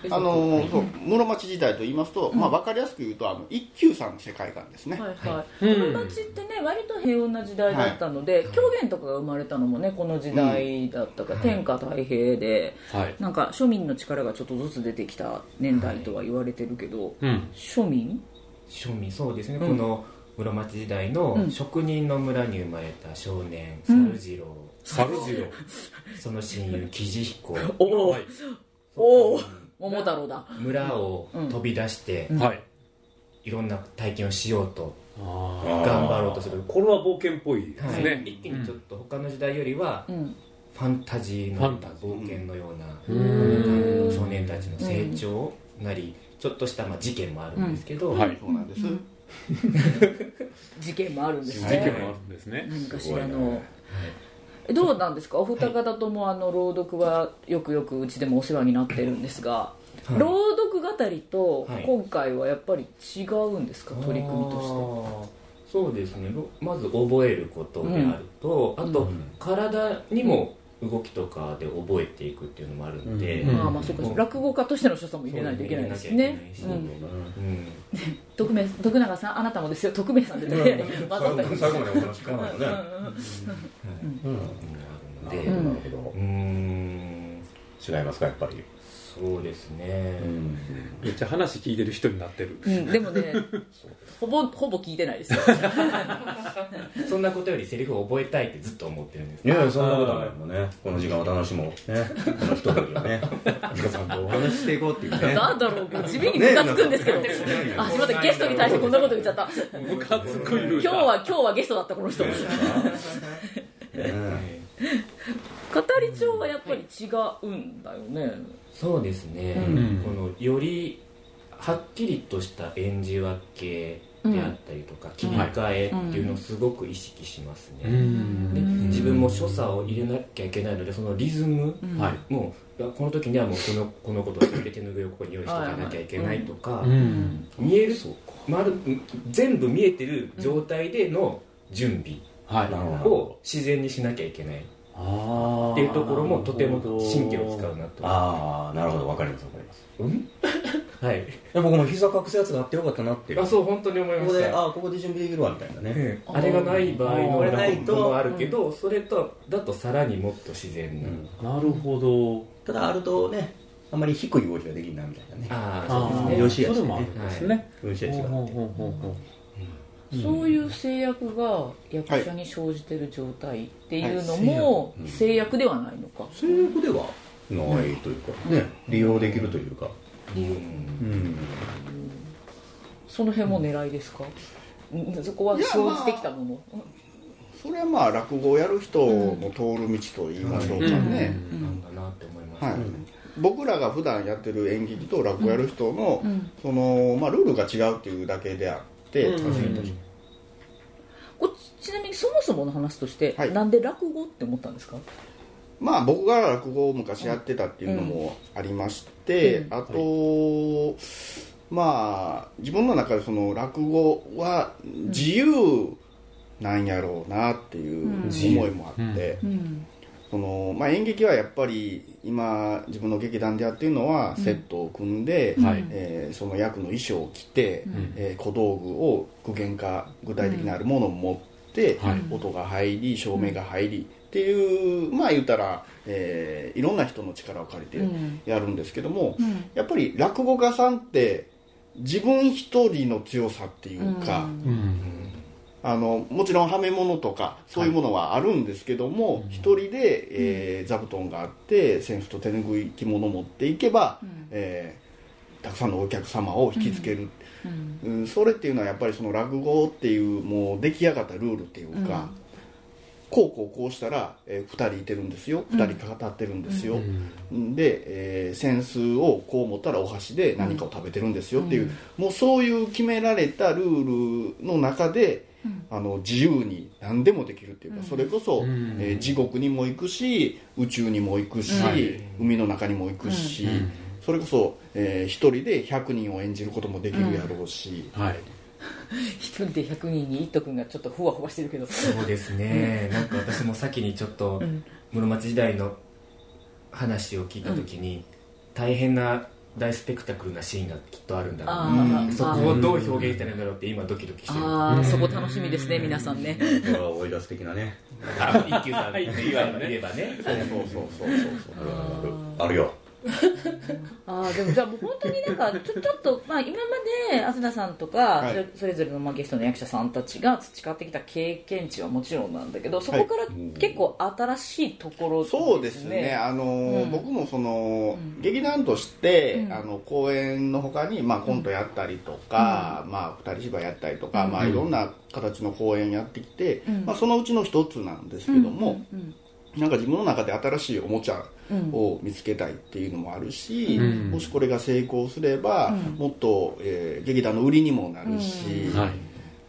[SPEAKER 3] あのーそう室町時代と言いますと、まあ、分かりやすく言うとあの一休さんの世界観ですね、
[SPEAKER 2] はいはい
[SPEAKER 1] うん
[SPEAKER 2] 室町ってね割と平穏な時代だったので、狂言とかが生まれたのもねこの時代だったから、天下太平で、
[SPEAKER 1] はい
[SPEAKER 2] なんか庶民の力がちょっとずつ出てきた年代とは言われてるけど、
[SPEAKER 1] うん
[SPEAKER 2] 庶民
[SPEAKER 6] 庶民そうですね、
[SPEAKER 2] うん
[SPEAKER 6] この室町時代の
[SPEAKER 2] ん
[SPEAKER 6] 職人の村に生まれた少年
[SPEAKER 2] ん
[SPEAKER 6] 猿次郎、
[SPEAKER 1] 猿次郎
[SPEAKER 6] その親友木 地彦
[SPEAKER 2] おお、
[SPEAKER 1] はい
[SPEAKER 2] おお桃太郎だ
[SPEAKER 6] 村を飛び出して、
[SPEAKER 1] はい
[SPEAKER 6] いろんな体験をしようと
[SPEAKER 1] あ
[SPEAKER 4] 頑
[SPEAKER 6] 頑張ろうとする
[SPEAKER 1] ーこれは冒険っぽいで
[SPEAKER 6] は
[SPEAKER 1] す
[SPEAKER 6] い
[SPEAKER 1] ね
[SPEAKER 6] 一気にちょっと他の時代よりは
[SPEAKER 2] うん
[SPEAKER 6] ファンタジーの
[SPEAKER 1] ファンタジ
[SPEAKER 6] 冒険のような
[SPEAKER 1] うん
[SPEAKER 6] 少年たちの成長なりちょっとしたまあ事件もあるんですけど、
[SPEAKER 1] うんはい
[SPEAKER 3] そうなんです、
[SPEAKER 2] 事件もあるんです
[SPEAKER 1] 事
[SPEAKER 2] ね
[SPEAKER 1] 件もあるんですね
[SPEAKER 2] 何かしらの、どうなんですかお二方ともあの朗読はよくよくうちでもお世話になってるんですが、朗読語と
[SPEAKER 6] はい
[SPEAKER 2] 今回はやっぱり違うんですか、取り組みとして
[SPEAKER 6] してそうですねぼまず覚えることであると、あと体にも動きとかで覚えていくっていうのもあるので、
[SPEAKER 1] うん
[SPEAKER 2] ああまあそうか
[SPEAKER 6] うん
[SPEAKER 2] 落語家としての所作も入れないといけないですしね
[SPEAKER 6] そう
[SPEAKER 2] う
[SPEAKER 6] 入れ
[SPEAKER 2] ん
[SPEAKER 6] なきゃいけないしうん
[SPEAKER 2] 徳明徳永さんあなたもですよ徳明さんで取り合い混ざったりして
[SPEAKER 4] 最後までお話聞かないとね
[SPEAKER 6] あるので、
[SPEAKER 2] うん
[SPEAKER 4] なるほど
[SPEAKER 6] うーん
[SPEAKER 4] 違いますかやっぱり
[SPEAKER 6] そうですね、
[SPEAKER 1] めっちゃ話聞いてる人になってる
[SPEAKER 2] うん、でもねほぼほぼ聞いてないですよ
[SPEAKER 6] そんなことよりセリフを覚えたいってずっと思ってるんです
[SPEAKER 4] いやいやそんなことはないもんねこの時間を楽しもうねこのひとときをね皆さんとお話ししていこうっていうね
[SPEAKER 2] なんだろう地味にムカつくんですけど、
[SPEAKER 4] ねえ
[SPEAKER 2] あすいませんゲストに対してこんなこと言っちゃった
[SPEAKER 1] ムカつく言
[SPEAKER 2] 今
[SPEAKER 1] う
[SPEAKER 2] 日
[SPEAKER 1] た
[SPEAKER 2] は今日はゲストだったこの人語
[SPEAKER 4] ね
[SPEAKER 2] り調はやっぱり違うんだよね、
[SPEAKER 6] そうですね、
[SPEAKER 1] ん
[SPEAKER 6] このよりはっきりとした演じ分けであったりとか、切り替えっていうのをすごく意識しますね、
[SPEAKER 1] うん
[SPEAKER 6] で自分も所作を入れなきゃいけないのでそのリズム
[SPEAKER 2] うん
[SPEAKER 1] はい
[SPEAKER 6] もうこの時にはもうこのこのことを全て手ぬぐいをここに用意しておかなきゃいけないとか
[SPEAKER 1] うん
[SPEAKER 6] 見える丸全部見えてる状態での準備
[SPEAKER 1] はい
[SPEAKER 4] なるほど
[SPEAKER 6] を自然にしなきゃいけないっ
[SPEAKER 1] あ
[SPEAKER 6] ていうところもとても神経を使うなと
[SPEAKER 4] ああなるほどわかりますわかります
[SPEAKER 6] はい
[SPEAKER 4] いや僕も膝隠すやつがあってよかったなって
[SPEAKER 6] あそう本当に思い
[SPEAKER 4] こ
[SPEAKER 6] ま
[SPEAKER 4] こ
[SPEAKER 6] し
[SPEAKER 4] で
[SPEAKER 6] た
[SPEAKER 4] ああここで準備できるわみたいなね
[SPEAKER 6] うんあれがない場合の
[SPEAKER 1] あー
[SPEAKER 4] ないと
[SPEAKER 6] もあるけどそれとだとさらにもっと自然な
[SPEAKER 4] うん
[SPEAKER 1] なるほど
[SPEAKER 4] ただあるとねあんまり低い動きができんなみたいなね
[SPEAKER 6] あ
[SPEAKER 1] あ
[SPEAKER 6] あそう
[SPEAKER 1] ー
[SPEAKER 6] ですね
[SPEAKER 4] よしや
[SPEAKER 1] そ
[SPEAKER 4] しね
[SPEAKER 1] れもあるんですね
[SPEAKER 4] 運試合違
[SPEAKER 1] ほ
[SPEAKER 4] う
[SPEAKER 1] うほうほうほう
[SPEAKER 2] そういう制約が役者に生じてる状態っていうのも
[SPEAKER 4] はい
[SPEAKER 2] 制約ではないのか、
[SPEAKER 4] 制約ではないというかね利用できるというか
[SPEAKER 6] うん
[SPEAKER 4] うん
[SPEAKER 2] その辺も狙いですか、うんそこは生じてきたもの、
[SPEAKER 3] それはまあ落語をやる人の通る道と言いましょうかね、
[SPEAKER 6] なんだなって思いま
[SPEAKER 3] はい
[SPEAKER 6] す
[SPEAKER 3] 僕らが普段やってる演劇と落語やる人の,、
[SPEAKER 2] うん
[SPEAKER 3] そのまあ、ルールが違うっていうだけであって、
[SPEAKER 2] こちなみにそもそもの話として、
[SPEAKER 3] はい
[SPEAKER 2] なんで落語って思ったんですか、
[SPEAKER 3] まあ、僕が落語を昔やってたっていうのもありまして、
[SPEAKER 2] うん
[SPEAKER 3] あと、まあ自分の中でその落語は自由なんやろうなっていう思いもあって。
[SPEAKER 2] うん
[SPEAKER 3] そのまあ、演劇はやっぱり今自分の劇団でやってるのはセットを組んで、
[SPEAKER 1] はい
[SPEAKER 3] えーその役の衣装を着て、
[SPEAKER 1] ん
[SPEAKER 3] えー小道具を具現化具体的にあるものを持って、
[SPEAKER 1] はい
[SPEAKER 3] 音が入り照明が入りっていうまあ言ったら、えーいろんな人の力を借りてやるんですけども、
[SPEAKER 2] うん
[SPEAKER 3] やっぱり落語家さんって自分一人の強さっていうか。
[SPEAKER 1] うん
[SPEAKER 3] あのもちろんはめ物とかそういうものはあるんですけども一、人で、えー座布団があって扇子と手拭い着物を持っていけば、えーたくさんのお客様を引きつける、
[SPEAKER 2] うん
[SPEAKER 3] うんそれっていうのはやっぱりその落語っていうもう出来上がったルールっていうか、
[SPEAKER 2] うん
[SPEAKER 3] こうこうこうしたら、え2人いてるんですよ2人語ってるんですよ、で、えー、扇子をこう持ったらお箸で何かを食べてるんですよっていう、もうそういう決められたルールの中で、あの自由に何でもできるっていうか、それこそ、
[SPEAKER 1] ん
[SPEAKER 3] えー地獄にも行くし宇宙にも行くし、海の中にも行くし、それこそ、えー一人で100人を演じることもできるやろうし、
[SPEAKER 1] はい
[SPEAKER 2] 一人で100人に一斗くんがちょっとふわふわしてるけど
[SPEAKER 6] そうですね、なんか私も先にちょっと室町時代の話を聞いた時に、大変な大スペクタクルなシーンがきっとあるんだろうな
[SPEAKER 2] あー
[SPEAKER 6] そこをどう表現したらいいんだろうって今ドキドキしてる
[SPEAKER 2] ああそこ楽しみですね皆さんね
[SPEAKER 4] これは追い出す的なね
[SPEAKER 6] あ一休さんって言えばね
[SPEAKER 3] そうそうそうそうそうそう
[SPEAKER 4] あるあるあるあるよ
[SPEAKER 2] ああでもじゃあもう本当になんかちょちょっと、まあ、今まで東さんとか、
[SPEAKER 3] い
[SPEAKER 2] それそれぞれのまあゲストの役者さんたちが培ってきた経験値はもちろんなんだけどそこから結構新しいところ
[SPEAKER 3] そうですね、あのー
[SPEAKER 2] うん
[SPEAKER 3] 僕もその、劇団として、
[SPEAKER 2] ん
[SPEAKER 3] あの公演のほかに、まあ、コントやったりとか、まあ、二人芝居やったりとか、まあ、いろんな形の公演やってきて、
[SPEAKER 2] ん
[SPEAKER 3] まあ、そのうちの一つなんですけども、
[SPEAKER 2] うん
[SPEAKER 3] なんか自分の中で新しいおもちゃ
[SPEAKER 2] うん
[SPEAKER 3] を見つけたいっていうのもあるし、
[SPEAKER 1] うん
[SPEAKER 3] もしこれが成功すれば、もっと、えー劇団の売りにもなるし、
[SPEAKER 1] はい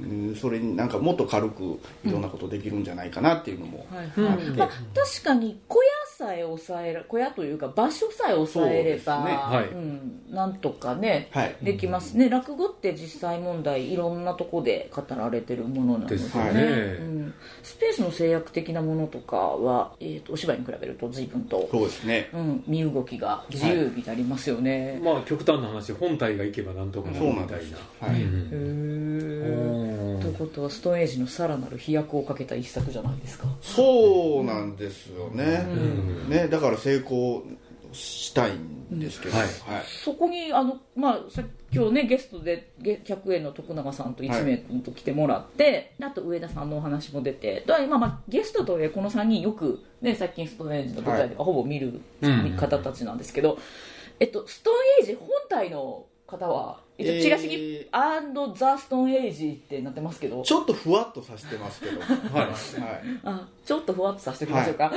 [SPEAKER 3] うんそれになんかもっと軽くいろんなことできるんじゃないかなっていうのも、
[SPEAKER 2] はいはいまあ、確かに小屋さえ抑えら小屋というか場所さえ抑えれば、
[SPEAKER 1] そうですねはい
[SPEAKER 2] うん、なんとかね、
[SPEAKER 3] はい
[SPEAKER 2] できますね落語って実際問題いろんなとこで語られてるものなので
[SPEAKER 1] です
[SPEAKER 3] よ
[SPEAKER 2] ね
[SPEAKER 1] ね
[SPEAKER 2] うん、スペースの制約的なものとかは、えー、とお芝居に比べると随分と、
[SPEAKER 3] そうですね
[SPEAKER 2] うん、身動きが自由になりますよね、
[SPEAKER 1] まあ極端な話本体が行けばなんとかなる
[SPEAKER 3] そう
[SPEAKER 1] み
[SPEAKER 3] なん
[SPEAKER 1] たい
[SPEAKER 3] です
[SPEAKER 1] な
[SPEAKER 3] はい、
[SPEAKER 2] へー
[SPEAKER 1] うん
[SPEAKER 2] ということはストーンエイジのさらなる飛躍をかけた一作じゃないですか
[SPEAKER 3] そうなんですよね,、ねだから成功したいんですけど、
[SPEAKER 1] うん
[SPEAKER 3] はい
[SPEAKER 2] そこにあの、まあ、さ今日ねゲストでげ客演の徳永さんと一名君と来てもらって、あと上田さんのお話も出てだからまあまあ、ゲストとはいえこの3人よく、ね、最近ストーンエイジの舞台ではほぼ見る
[SPEAKER 1] うん
[SPEAKER 2] 方たちなんですけど、えっと、ストーンエイジ本体の方は、えっ
[SPEAKER 3] え
[SPEAKER 2] と、
[SPEAKER 3] ー
[SPEAKER 2] チラシに「アンドザ・ストーンエイジ」ってなってますけど
[SPEAKER 3] ちょっとふわっとさせてますけど、はい、
[SPEAKER 1] はい
[SPEAKER 2] あちょっとふわっとさせておきましょうか、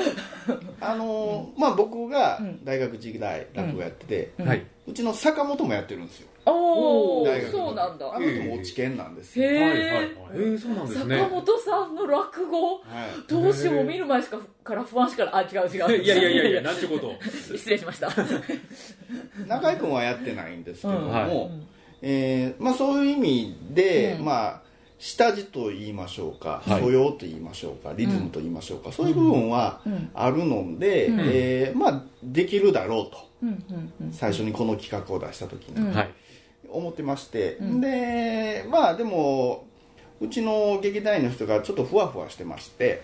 [SPEAKER 3] あのーまあ僕が
[SPEAKER 2] ん
[SPEAKER 3] 大学時代落語やってて、う
[SPEAKER 1] はい
[SPEAKER 3] ちの坂本もやってるんですよ
[SPEAKER 2] おお
[SPEAKER 3] 大学の
[SPEAKER 2] そうなんだ
[SPEAKER 3] あの人も落研なんです
[SPEAKER 2] へ
[SPEAKER 3] よ
[SPEAKER 2] え
[SPEAKER 1] はいはいはいえーそうなんですね
[SPEAKER 2] 坂本さんの落語
[SPEAKER 3] はい
[SPEAKER 2] どうしよう見る前しかから不安しからあ違う違う
[SPEAKER 1] いやいやいやいやなんちゅうことを
[SPEAKER 2] 失礼しま した
[SPEAKER 3] 中居君はやってないんですけども、
[SPEAKER 1] うんはい
[SPEAKER 3] えーまあ、そういう意味で、
[SPEAKER 2] うん
[SPEAKER 3] まあ、下地と言いましょうか、
[SPEAKER 1] はい
[SPEAKER 3] 素養と言いましょうかリズムと言いましょうか、そういう部分は
[SPEAKER 2] うん
[SPEAKER 3] あるので、
[SPEAKER 2] うん
[SPEAKER 3] えーまあ、できるだろうと
[SPEAKER 2] うんうんうん
[SPEAKER 3] 最初にこの企画を出した時
[SPEAKER 2] うん
[SPEAKER 3] に
[SPEAKER 1] はい
[SPEAKER 3] 思ってまして、
[SPEAKER 2] うん
[SPEAKER 3] でまあでもうちの劇団員の人がちょっとふわふわしてまして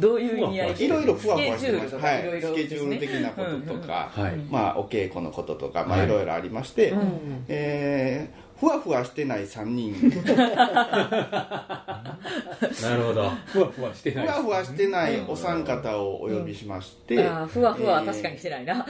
[SPEAKER 2] どういう意味合い
[SPEAKER 3] いろいろふわふわしてま
[SPEAKER 2] スケジュールと
[SPEAKER 3] して、
[SPEAKER 2] か
[SPEAKER 3] はい
[SPEAKER 2] いろいろ
[SPEAKER 3] スケジュール
[SPEAKER 2] で
[SPEAKER 3] 的
[SPEAKER 2] すね
[SPEAKER 3] なこととか、
[SPEAKER 1] はい
[SPEAKER 3] まあ、お稽古のこととか、まあ、
[SPEAKER 1] はい
[SPEAKER 3] いろいろありまして、
[SPEAKER 1] ん
[SPEAKER 3] えーふわふわしてない3人
[SPEAKER 4] なるほど
[SPEAKER 1] ふわふわしてな
[SPEAKER 3] ふ
[SPEAKER 1] い
[SPEAKER 3] わふわしてないお三方をお呼びしまして、
[SPEAKER 2] あーふわふわは
[SPEAKER 3] えー
[SPEAKER 2] 確かにしてないな、
[SPEAKER 3] はい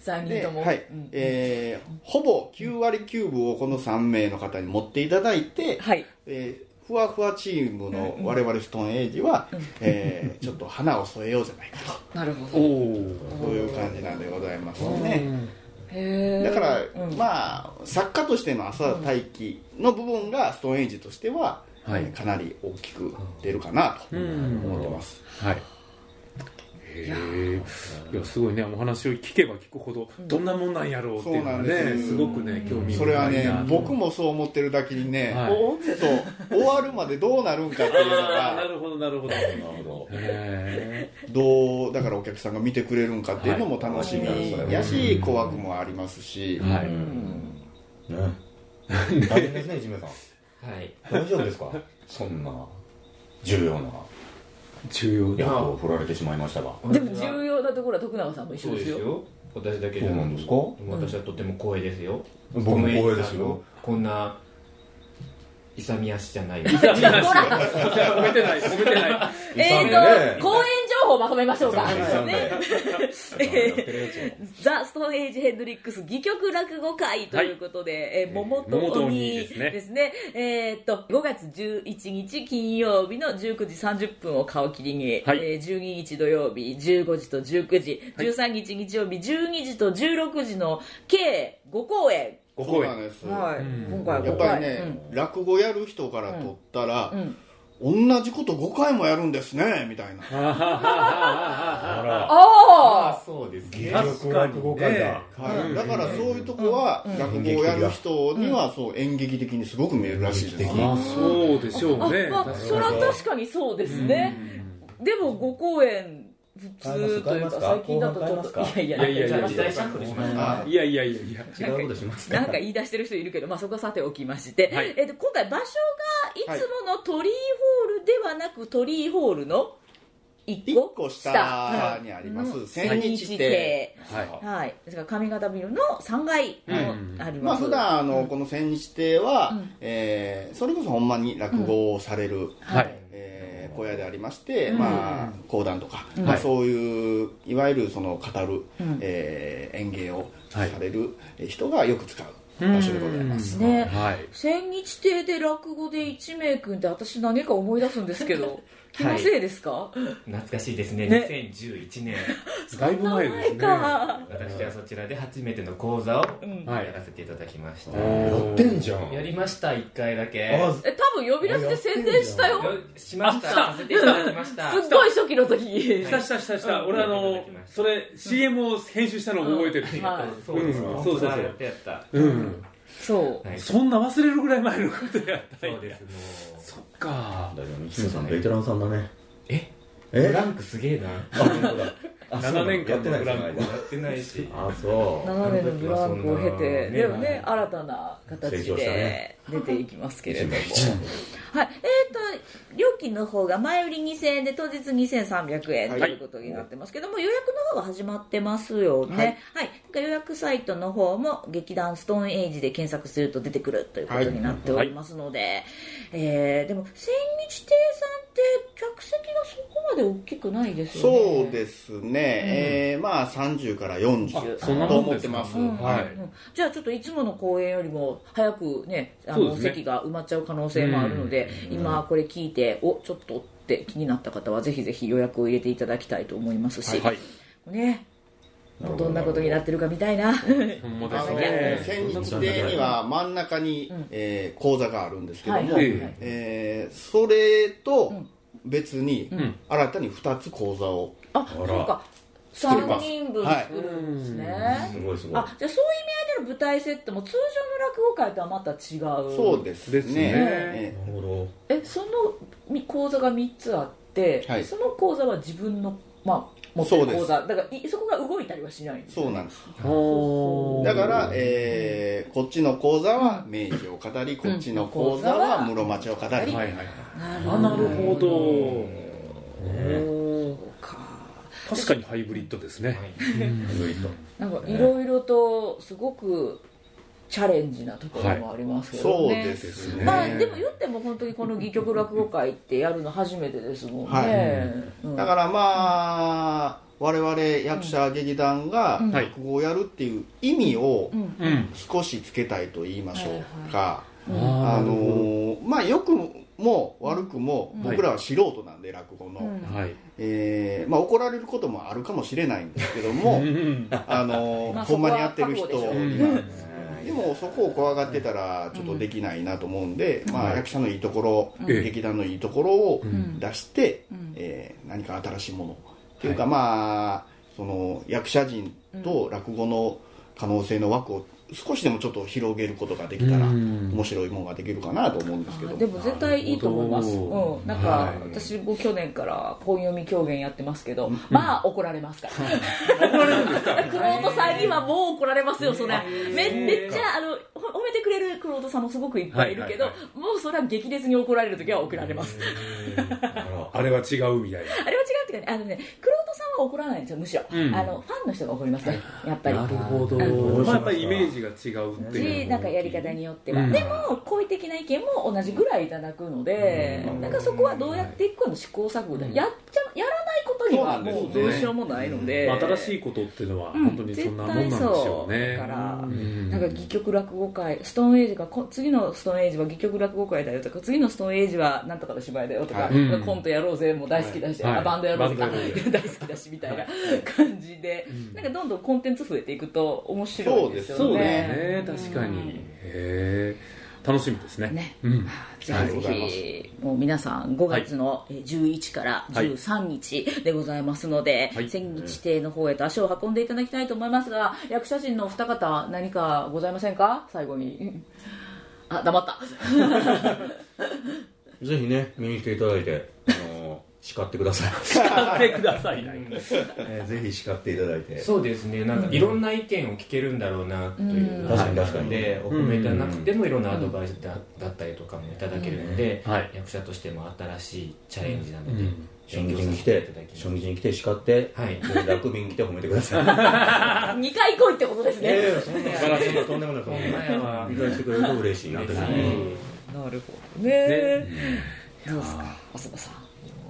[SPEAKER 2] 三3
[SPEAKER 3] で
[SPEAKER 2] 人とも、
[SPEAKER 3] はい
[SPEAKER 2] うん
[SPEAKER 3] えーほぼ9割9分をこの3名の方に持っていただいて、
[SPEAKER 2] はい
[SPEAKER 3] えーふわふわチームの我々ストーンエイジは、えーちょっと花を添えようじゃないか
[SPEAKER 2] なるほ
[SPEAKER 1] お
[SPEAKER 2] ど
[SPEAKER 1] お
[SPEAKER 3] とそういう感じなんでございます
[SPEAKER 1] ね
[SPEAKER 3] ね
[SPEAKER 2] へえ
[SPEAKER 3] だから、
[SPEAKER 2] うん
[SPEAKER 3] まあ作家としての浅田大輝の部分がストーンエイジとしては、
[SPEAKER 1] はい
[SPEAKER 3] えーかなり大きく出るかなと
[SPEAKER 1] うん
[SPEAKER 3] 思ってます、
[SPEAKER 1] はいへえいやすごいねお話を聞けば聞くほどどんなもんなんやろうっていうのが
[SPEAKER 3] そうなん
[SPEAKER 1] ね
[SPEAKER 3] です
[SPEAKER 1] すごくね興味深いな
[SPEAKER 3] それはね僕もそう思ってるだけにね、
[SPEAKER 1] はい
[SPEAKER 3] おっと終わるまでどうなるんかっていう
[SPEAKER 1] あ
[SPEAKER 3] の
[SPEAKER 1] ー な
[SPEAKER 3] が
[SPEAKER 1] るほどなるほどへ
[SPEAKER 3] どうだからお客さんが見てくれるんかっていうのも楽しみやし、怖くもありますし、
[SPEAKER 1] えはい
[SPEAKER 4] ね大変ですね、いじめさん。
[SPEAKER 6] はい
[SPEAKER 4] 大丈夫ですかそんな重要な
[SPEAKER 1] 重要
[SPEAKER 4] 役
[SPEAKER 1] な
[SPEAKER 4] を振られてしまいましたが。
[SPEAKER 2] でも重要なところは徳永さんも一
[SPEAKER 6] そ
[SPEAKER 2] 緒
[SPEAKER 6] う
[SPEAKER 2] で
[SPEAKER 6] ですす
[SPEAKER 2] よ
[SPEAKER 6] よ私だけじゃなくて
[SPEAKER 4] そう
[SPEAKER 6] 私はとても光栄ですよ
[SPEAKER 4] 僕も光栄ですよ
[SPEAKER 6] この演技さんのこんな勇み足じゃない
[SPEAKER 1] いや 見ないですよいや褒めてない褒めてない
[SPEAKER 2] えっ、ー、と、公演情報をまとめましょうか。 ね、ザ・ストーンエイジ・ヘンドリックス戯曲落語会ということで、えー桃と
[SPEAKER 1] 桃と
[SPEAKER 2] 鬼
[SPEAKER 1] 鬼
[SPEAKER 2] で
[SPEAKER 1] ですす
[SPEAKER 2] ね
[SPEAKER 1] ね
[SPEAKER 2] えーっと5月11日金曜日の19時30分を皮切りに、
[SPEAKER 1] はい
[SPEAKER 2] えー12日土曜日15時と19時、13日日曜日12時と16時の計5公演、
[SPEAKER 1] ご
[SPEAKER 3] そう
[SPEAKER 1] 声
[SPEAKER 3] なんです、
[SPEAKER 2] はい今回は
[SPEAKER 3] や
[SPEAKER 2] 5
[SPEAKER 3] っ
[SPEAKER 2] 回
[SPEAKER 3] ぱりね、落語やる人からとったら
[SPEAKER 2] う、ん、
[SPEAKER 3] 同じこと5回もやるんですねみたいな
[SPEAKER 2] あ
[SPEAKER 6] あ
[SPEAKER 2] あ
[SPEAKER 6] あそうですね
[SPEAKER 4] 確かにね。
[SPEAKER 3] はい、だからそういうとこは落語をやる人にはそう演劇的にすごく見えるらしいです、
[SPEAKER 1] まあそうでしょうね
[SPEAKER 2] まあ、それは確かにそうですね、でも5公演普通というか最近だとちょっといやいや
[SPEAKER 1] いやいやいや
[SPEAKER 6] 時代シャッフルしまし
[SPEAKER 3] あ
[SPEAKER 6] た
[SPEAKER 1] いやいやいやいや
[SPEAKER 6] 違うこと します
[SPEAKER 2] なんか言い出してる人いるけど、まあ、そこはさておきまして、
[SPEAKER 1] はい
[SPEAKER 2] えっと今回場所がいつもの鳥居ホールではなく鳥居ホールの1
[SPEAKER 3] 1
[SPEAKER 2] 個
[SPEAKER 3] 個
[SPEAKER 2] 下
[SPEAKER 3] 下にあります、千日亭
[SPEAKER 1] はい
[SPEAKER 2] はいですから上方ビルの3階の
[SPEAKER 1] うん
[SPEAKER 2] あり
[SPEAKER 3] ま
[SPEAKER 2] ま
[SPEAKER 3] あ
[SPEAKER 2] す、
[SPEAKER 3] 普段あのこの千日亭は、
[SPEAKER 2] うん
[SPEAKER 3] えーそれこそほんまに落語をされる、
[SPEAKER 1] はい
[SPEAKER 3] えー小屋でありまして、
[SPEAKER 2] うん
[SPEAKER 3] まあ、講談とか、まあ、そういういわゆるその語る、
[SPEAKER 2] うん
[SPEAKER 3] えー演芸を
[SPEAKER 1] はい
[SPEAKER 3] される人がよく使う、
[SPEAKER 4] 場所でございます。
[SPEAKER 2] ね、
[SPEAKER 1] はい
[SPEAKER 2] 千日亭で落語で一名君って私何か思い出すんですけ ど気のせいですか、
[SPEAKER 6] 懐かしいですね
[SPEAKER 2] ね
[SPEAKER 6] 2011年
[SPEAKER 1] だいぶ前ですね
[SPEAKER 2] か
[SPEAKER 6] 私はそちらで初めての講座を
[SPEAKER 2] うん
[SPEAKER 1] はい
[SPEAKER 6] やらせていただきました、
[SPEAKER 4] や
[SPEAKER 1] や
[SPEAKER 4] ってんじゃん。
[SPEAKER 6] やりました1回だけ
[SPEAKER 4] あ
[SPEAKER 2] え多分呼び出しで宣伝したよ
[SPEAKER 6] よしましたさせていただきました
[SPEAKER 2] すっごい初期の時
[SPEAKER 1] したしたしたした、俺あのそれ CM を編集したのを覚えてるし、
[SPEAKER 2] はい
[SPEAKER 6] そうですか
[SPEAKER 1] うんそうそうそう
[SPEAKER 6] やったやったは
[SPEAKER 1] うん
[SPEAKER 2] そう
[SPEAKER 6] いそ
[SPEAKER 1] そんな忘れるぐらい前のことやったんや
[SPEAKER 6] うですもう
[SPEAKER 1] そっか
[SPEAKER 4] だけど、西野さん、ベテランさんだね。
[SPEAKER 6] えブ
[SPEAKER 4] え
[SPEAKER 6] ランクすげえな
[SPEAKER 4] あ、本当だ。あそうな
[SPEAKER 1] 7
[SPEAKER 4] んだ
[SPEAKER 1] 年
[SPEAKER 4] や
[SPEAKER 1] 間
[SPEAKER 4] っ
[SPEAKER 1] の
[SPEAKER 4] てない
[SPEAKER 1] ブ
[SPEAKER 4] じ
[SPEAKER 1] ラン
[SPEAKER 4] ゃ
[SPEAKER 1] ク
[SPEAKER 4] ないですか。
[SPEAKER 6] や
[SPEAKER 4] あ、
[SPEAKER 6] ってないし
[SPEAKER 4] そう。
[SPEAKER 2] 7年のブランクを経て
[SPEAKER 6] ね
[SPEAKER 2] でもね
[SPEAKER 6] はい
[SPEAKER 2] 新たな
[SPEAKER 4] 成
[SPEAKER 2] 形
[SPEAKER 4] 長した
[SPEAKER 2] で
[SPEAKER 4] ね
[SPEAKER 2] 出ていきますけれども、
[SPEAKER 4] 一番
[SPEAKER 2] はいえー、と料金の方が前売り2000円で当日2300円と
[SPEAKER 3] はい
[SPEAKER 2] いうことになってますけども、予約の方が始まってますよね、はい予約サイトの方も劇団ストーンエイジで検索すると出てくるということになっておりますので、えーでも千日亭さんって客席がそこまで大きくないですよね
[SPEAKER 3] そうですね、えーまあ30から40
[SPEAKER 1] そんな
[SPEAKER 3] と
[SPEAKER 1] もん
[SPEAKER 3] 思
[SPEAKER 1] で
[SPEAKER 3] っ
[SPEAKER 1] す
[SPEAKER 3] て
[SPEAKER 1] か
[SPEAKER 3] ます、
[SPEAKER 2] うん
[SPEAKER 1] はい
[SPEAKER 2] うんじゃあちょっといつもの公演よりも早くねあ
[SPEAKER 1] そう
[SPEAKER 2] の
[SPEAKER 1] ですね
[SPEAKER 2] 席が埋まっちゃう可能性もあるので、今これ聞いておちょっとって気になった方はぜひぜひ予約を入れていただきたいと思いますし、
[SPEAKER 1] はい
[SPEAKER 2] ね
[SPEAKER 4] な
[SPEAKER 2] もう
[SPEAKER 4] るほど
[SPEAKER 2] どんなことになってるか見たいな
[SPEAKER 1] ほんま
[SPEAKER 3] あの
[SPEAKER 1] ですね
[SPEAKER 3] 千日亭には真ん中に、えー講座があるんですけども、
[SPEAKER 2] はい
[SPEAKER 1] はい
[SPEAKER 3] えーそれと別に、
[SPEAKER 1] ん
[SPEAKER 3] 新たに2つ講座を、
[SPEAKER 2] あそうか
[SPEAKER 3] 作り
[SPEAKER 2] 3
[SPEAKER 3] ます
[SPEAKER 2] 人分作るんですね、
[SPEAKER 4] すごいすごい。
[SPEAKER 2] あじゃあそういう意味合いでの舞台セットも通常の落語会とはまた違う
[SPEAKER 3] そうですね
[SPEAKER 1] ですね
[SPEAKER 3] え
[SPEAKER 4] なるほど。
[SPEAKER 2] えそのみ講座が3つあって、
[SPEAKER 3] はい
[SPEAKER 2] その講座は自分のまあ持ってる
[SPEAKER 3] そうです
[SPEAKER 2] 講座だからいそこが動いたりはしないんで
[SPEAKER 3] ー
[SPEAKER 2] す
[SPEAKER 3] そうなんです
[SPEAKER 1] ほー
[SPEAKER 3] だから、えーこっちの講座は明治を語りこっちの講座は室町を語り、
[SPEAKER 1] はいはいはい
[SPEAKER 2] なる
[SPEAKER 1] あなるほどおー
[SPEAKER 2] か
[SPEAKER 1] 確かにハイブリッドですね
[SPEAKER 2] なんかいろいろとすごくチャレンジなところもありますよね、
[SPEAKER 3] そうですね、
[SPEAKER 2] まあでも言っても本当にこの戯曲落語会ってやるの初めてですもんね、
[SPEAKER 3] はい
[SPEAKER 2] うん
[SPEAKER 3] だからまあ、我々役者劇団が
[SPEAKER 2] うん
[SPEAKER 3] 落語をやるっていう意味を
[SPEAKER 2] うん
[SPEAKER 1] うん
[SPEAKER 3] 少しつけたいと言いましょうか、
[SPEAKER 2] うん
[SPEAKER 1] あ
[SPEAKER 3] あ
[SPEAKER 1] の
[SPEAKER 3] のーまあ良くも悪くも
[SPEAKER 1] うん
[SPEAKER 3] 僕らは素人なんで落語の、
[SPEAKER 2] うん
[SPEAKER 1] はい
[SPEAKER 3] えーまあ、怒られることもあるかもしれないんですけど
[SPEAKER 1] う
[SPEAKER 3] も
[SPEAKER 1] ん
[SPEAKER 3] あのー
[SPEAKER 2] まあ
[SPEAKER 3] ほんまにやってる人
[SPEAKER 2] そこは覚
[SPEAKER 1] 悟で
[SPEAKER 3] に
[SPEAKER 1] しょう
[SPEAKER 3] はでもそこを怖がってたらちょっとできないなと思うんで、ま
[SPEAKER 1] は
[SPEAKER 3] あ、
[SPEAKER 1] い
[SPEAKER 3] 役者のいいところ、
[SPEAKER 1] ええ
[SPEAKER 3] 劇団のいいところを
[SPEAKER 2] ん
[SPEAKER 3] 出して、
[SPEAKER 2] うん
[SPEAKER 3] えー何か新しいものっていうか、まあその役者陣と落語の可能性の枠を少しでもちょっと広げることができたら、
[SPEAKER 1] うん
[SPEAKER 3] 面白いものができるかなと思うんですけど
[SPEAKER 2] あでも絶対いいと思います、
[SPEAKER 1] なるほど
[SPEAKER 2] うん、なんか、
[SPEAKER 1] はい
[SPEAKER 2] 私も去年から本読み狂言やってますけど、まあ怒られますから くろうとさんにはもう怒られますよそれめめっちゃあのほ褒めてくれるくろうとさんもすごくいっぱいいるけど、
[SPEAKER 1] はいは
[SPEAKER 2] もうそれは激烈に怒られる時は怒られます
[SPEAKER 1] あれは違うみたい
[SPEAKER 2] あれは違うっていうかねあのねくろうとさんは怒らないんですよむしろ、
[SPEAKER 1] うん
[SPEAKER 2] あのファンの人が怒りますねやっぱり
[SPEAKER 1] なるほど
[SPEAKER 4] うん
[SPEAKER 1] まあやっぱりイメージが違うってい
[SPEAKER 2] し
[SPEAKER 1] う
[SPEAKER 2] なんかやり方によっては、
[SPEAKER 1] うん
[SPEAKER 2] でも好意的な意見も同じぐらいいただくので、なんかそこはどうやっていくかの試行錯誤で、やっちゃやらないことにはもうど
[SPEAKER 1] そうなん
[SPEAKER 2] う
[SPEAKER 1] ですよね
[SPEAKER 2] しようもないので、
[SPEAKER 1] まあ新しいことっていうのは本当にそんなもんなんでしょうね
[SPEAKER 2] 絶対そうだから、
[SPEAKER 1] ん
[SPEAKER 2] なんか戯曲落語会ストーンエイジがこ次のストーンエイジは戯曲落語会だよとか次のストーンエイジはなんとかの芝居だよとか、
[SPEAKER 3] はい
[SPEAKER 1] うん
[SPEAKER 2] コントやろうぜもう大好きだし、
[SPEAKER 1] はい
[SPEAKER 2] あバンドやろうぜ
[SPEAKER 1] バンドやろう
[SPEAKER 2] 大好きだしみたいな感じで、なんかどんどんコンテンツ増えていくと面白いですよね
[SPEAKER 1] そうですね確かに、へえ楽しみですね
[SPEAKER 2] ね
[SPEAKER 1] うん
[SPEAKER 2] ぜ
[SPEAKER 3] ありがとう
[SPEAKER 2] ひ
[SPEAKER 3] ございま
[SPEAKER 2] ぜひもう皆さん5月のえー11から13日でございますので、
[SPEAKER 1] はい
[SPEAKER 2] 千日亭の方へと足を運んでいただきたいと思いますが役者陣のお二方何かございませんか最後にあ黙った
[SPEAKER 4] ぜひね、見に来ていただいて、あの、叱ってくださ い。
[SPEAKER 1] 買ってくださいね
[SPEAKER 4] えーぜひ叱っていただいて。
[SPEAKER 6] そうですねなんかいろんな意見を聞けるんだろうなという、
[SPEAKER 2] うん
[SPEAKER 4] 確かに確かに
[SPEAKER 6] でお褒めいただなくてもいろんなアドバイスだだったりとかもいただけるので、
[SPEAKER 1] うんはい
[SPEAKER 6] 役者としても新しいチャレンジなので、
[SPEAKER 1] うん
[SPEAKER 4] 初日に来て、初日に来て叱って、
[SPEAKER 6] はい
[SPEAKER 4] でラグビーに来て褒めてくだ さい。
[SPEAKER 2] 2回来いってことです
[SPEAKER 4] いやい
[SPEAKER 2] ね
[SPEAKER 4] やそんなそんなそんなとんでもないとんでもない。
[SPEAKER 6] ほんまやわ
[SPEAKER 4] 理解してくれると嬉しいなというふうに
[SPEAKER 2] なるほどねどうですか浅田さん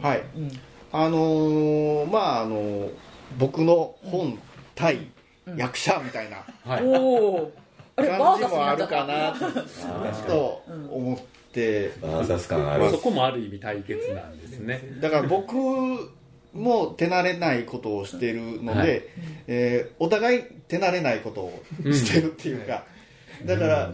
[SPEAKER 3] はい、あのーまああのー僕の本対役者みたいな、
[SPEAKER 1] はい
[SPEAKER 2] おおあれ
[SPEAKER 3] 感じもあるかな
[SPEAKER 4] ー
[SPEAKER 3] と思って
[SPEAKER 4] バーサス感ある
[SPEAKER 3] まあ
[SPEAKER 1] そこもある意味対決なんですね
[SPEAKER 3] だから僕も手慣れないことをしてるので、
[SPEAKER 1] はい
[SPEAKER 3] えーお互い手慣れないことをしてるっていうか、だから、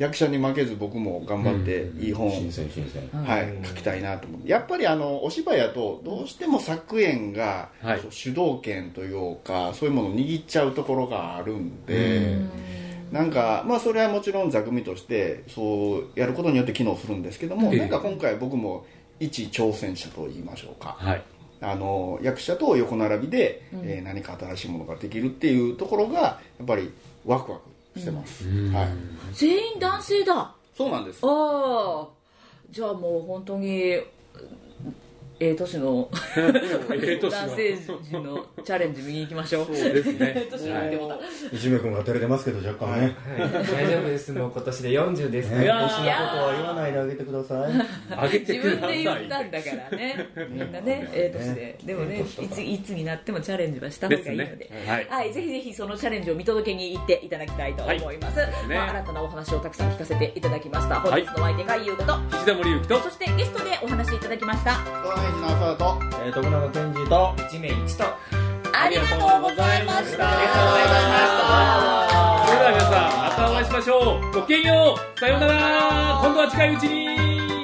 [SPEAKER 3] 役者に負けず僕も頑張っていい本を、
[SPEAKER 4] 新鮮新鮮
[SPEAKER 3] はい、書きたいなと思ってやっぱりあのお芝居やとどうしても作演が、
[SPEAKER 1] はい
[SPEAKER 3] そう主導権というかそういうものを握っちゃうところがあるんで。なんかまあそれはもちろん座組としてそうやることによって機能するんですけども、
[SPEAKER 1] ええ
[SPEAKER 3] なんか今回僕も一挑戦者と言いましょうか
[SPEAKER 1] はい
[SPEAKER 3] あの役者と横並びで、えー何か新しいものができるっていうところがやっぱりワクワクしてます、はい、
[SPEAKER 2] 全員男性だあ
[SPEAKER 3] そうなんです
[SPEAKER 2] あじゃあもう本当にええ年の
[SPEAKER 1] ええ年
[SPEAKER 2] 男性陣のチャレンジ見に行きましょう
[SPEAKER 1] そうです
[SPEAKER 2] ええ
[SPEAKER 1] ね
[SPEAKER 2] 年のってもだ
[SPEAKER 4] 一目君が照れてますけど若干ね
[SPEAKER 6] 大丈夫ですもう今年で40ですか
[SPEAKER 4] ね年の
[SPEAKER 6] ら
[SPEAKER 4] ことは言わないであげてくだ さい
[SPEAKER 1] 上げて
[SPEAKER 2] 自
[SPEAKER 1] く
[SPEAKER 2] 分
[SPEAKER 1] ださ
[SPEAKER 2] で
[SPEAKER 1] い
[SPEAKER 2] 言ったんだからねみんなねええ年ででもねいついつになってもチャレンジはした方がい
[SPEAKER 1] で
[SPEAKER 2] い
[SPEAKER 1] す
[SPEAKER 2] ので
[SPEAKER 1] ねは
[SPEAKER 2] は
[SPEAKER 1] い
[SPEAKER 2] い、ぜひぜひそのチャレンジを見届けに行っていただきたいと思います、
[SPEAKER 1] すね
[SPEAKER 2] まあ、新たなお話をたくさん聞かせていただきました本日のお相手海優子と、
[SPEAKER 1] 岸田森ゆきと
[SPEAKER 2] そしてゲストでお話しいただきました
[SPEAKER 3] この辺のアサート
[SPEAKER 4] えー徳永健二と
[SPEAKER 6] 1名1と
[SPEAKER 2] ありがとうございました
[SPEAKER 1] ありがとうございましたそれでは皆さんまたお会いしましょうごきげんようさようなら今度は近いうちに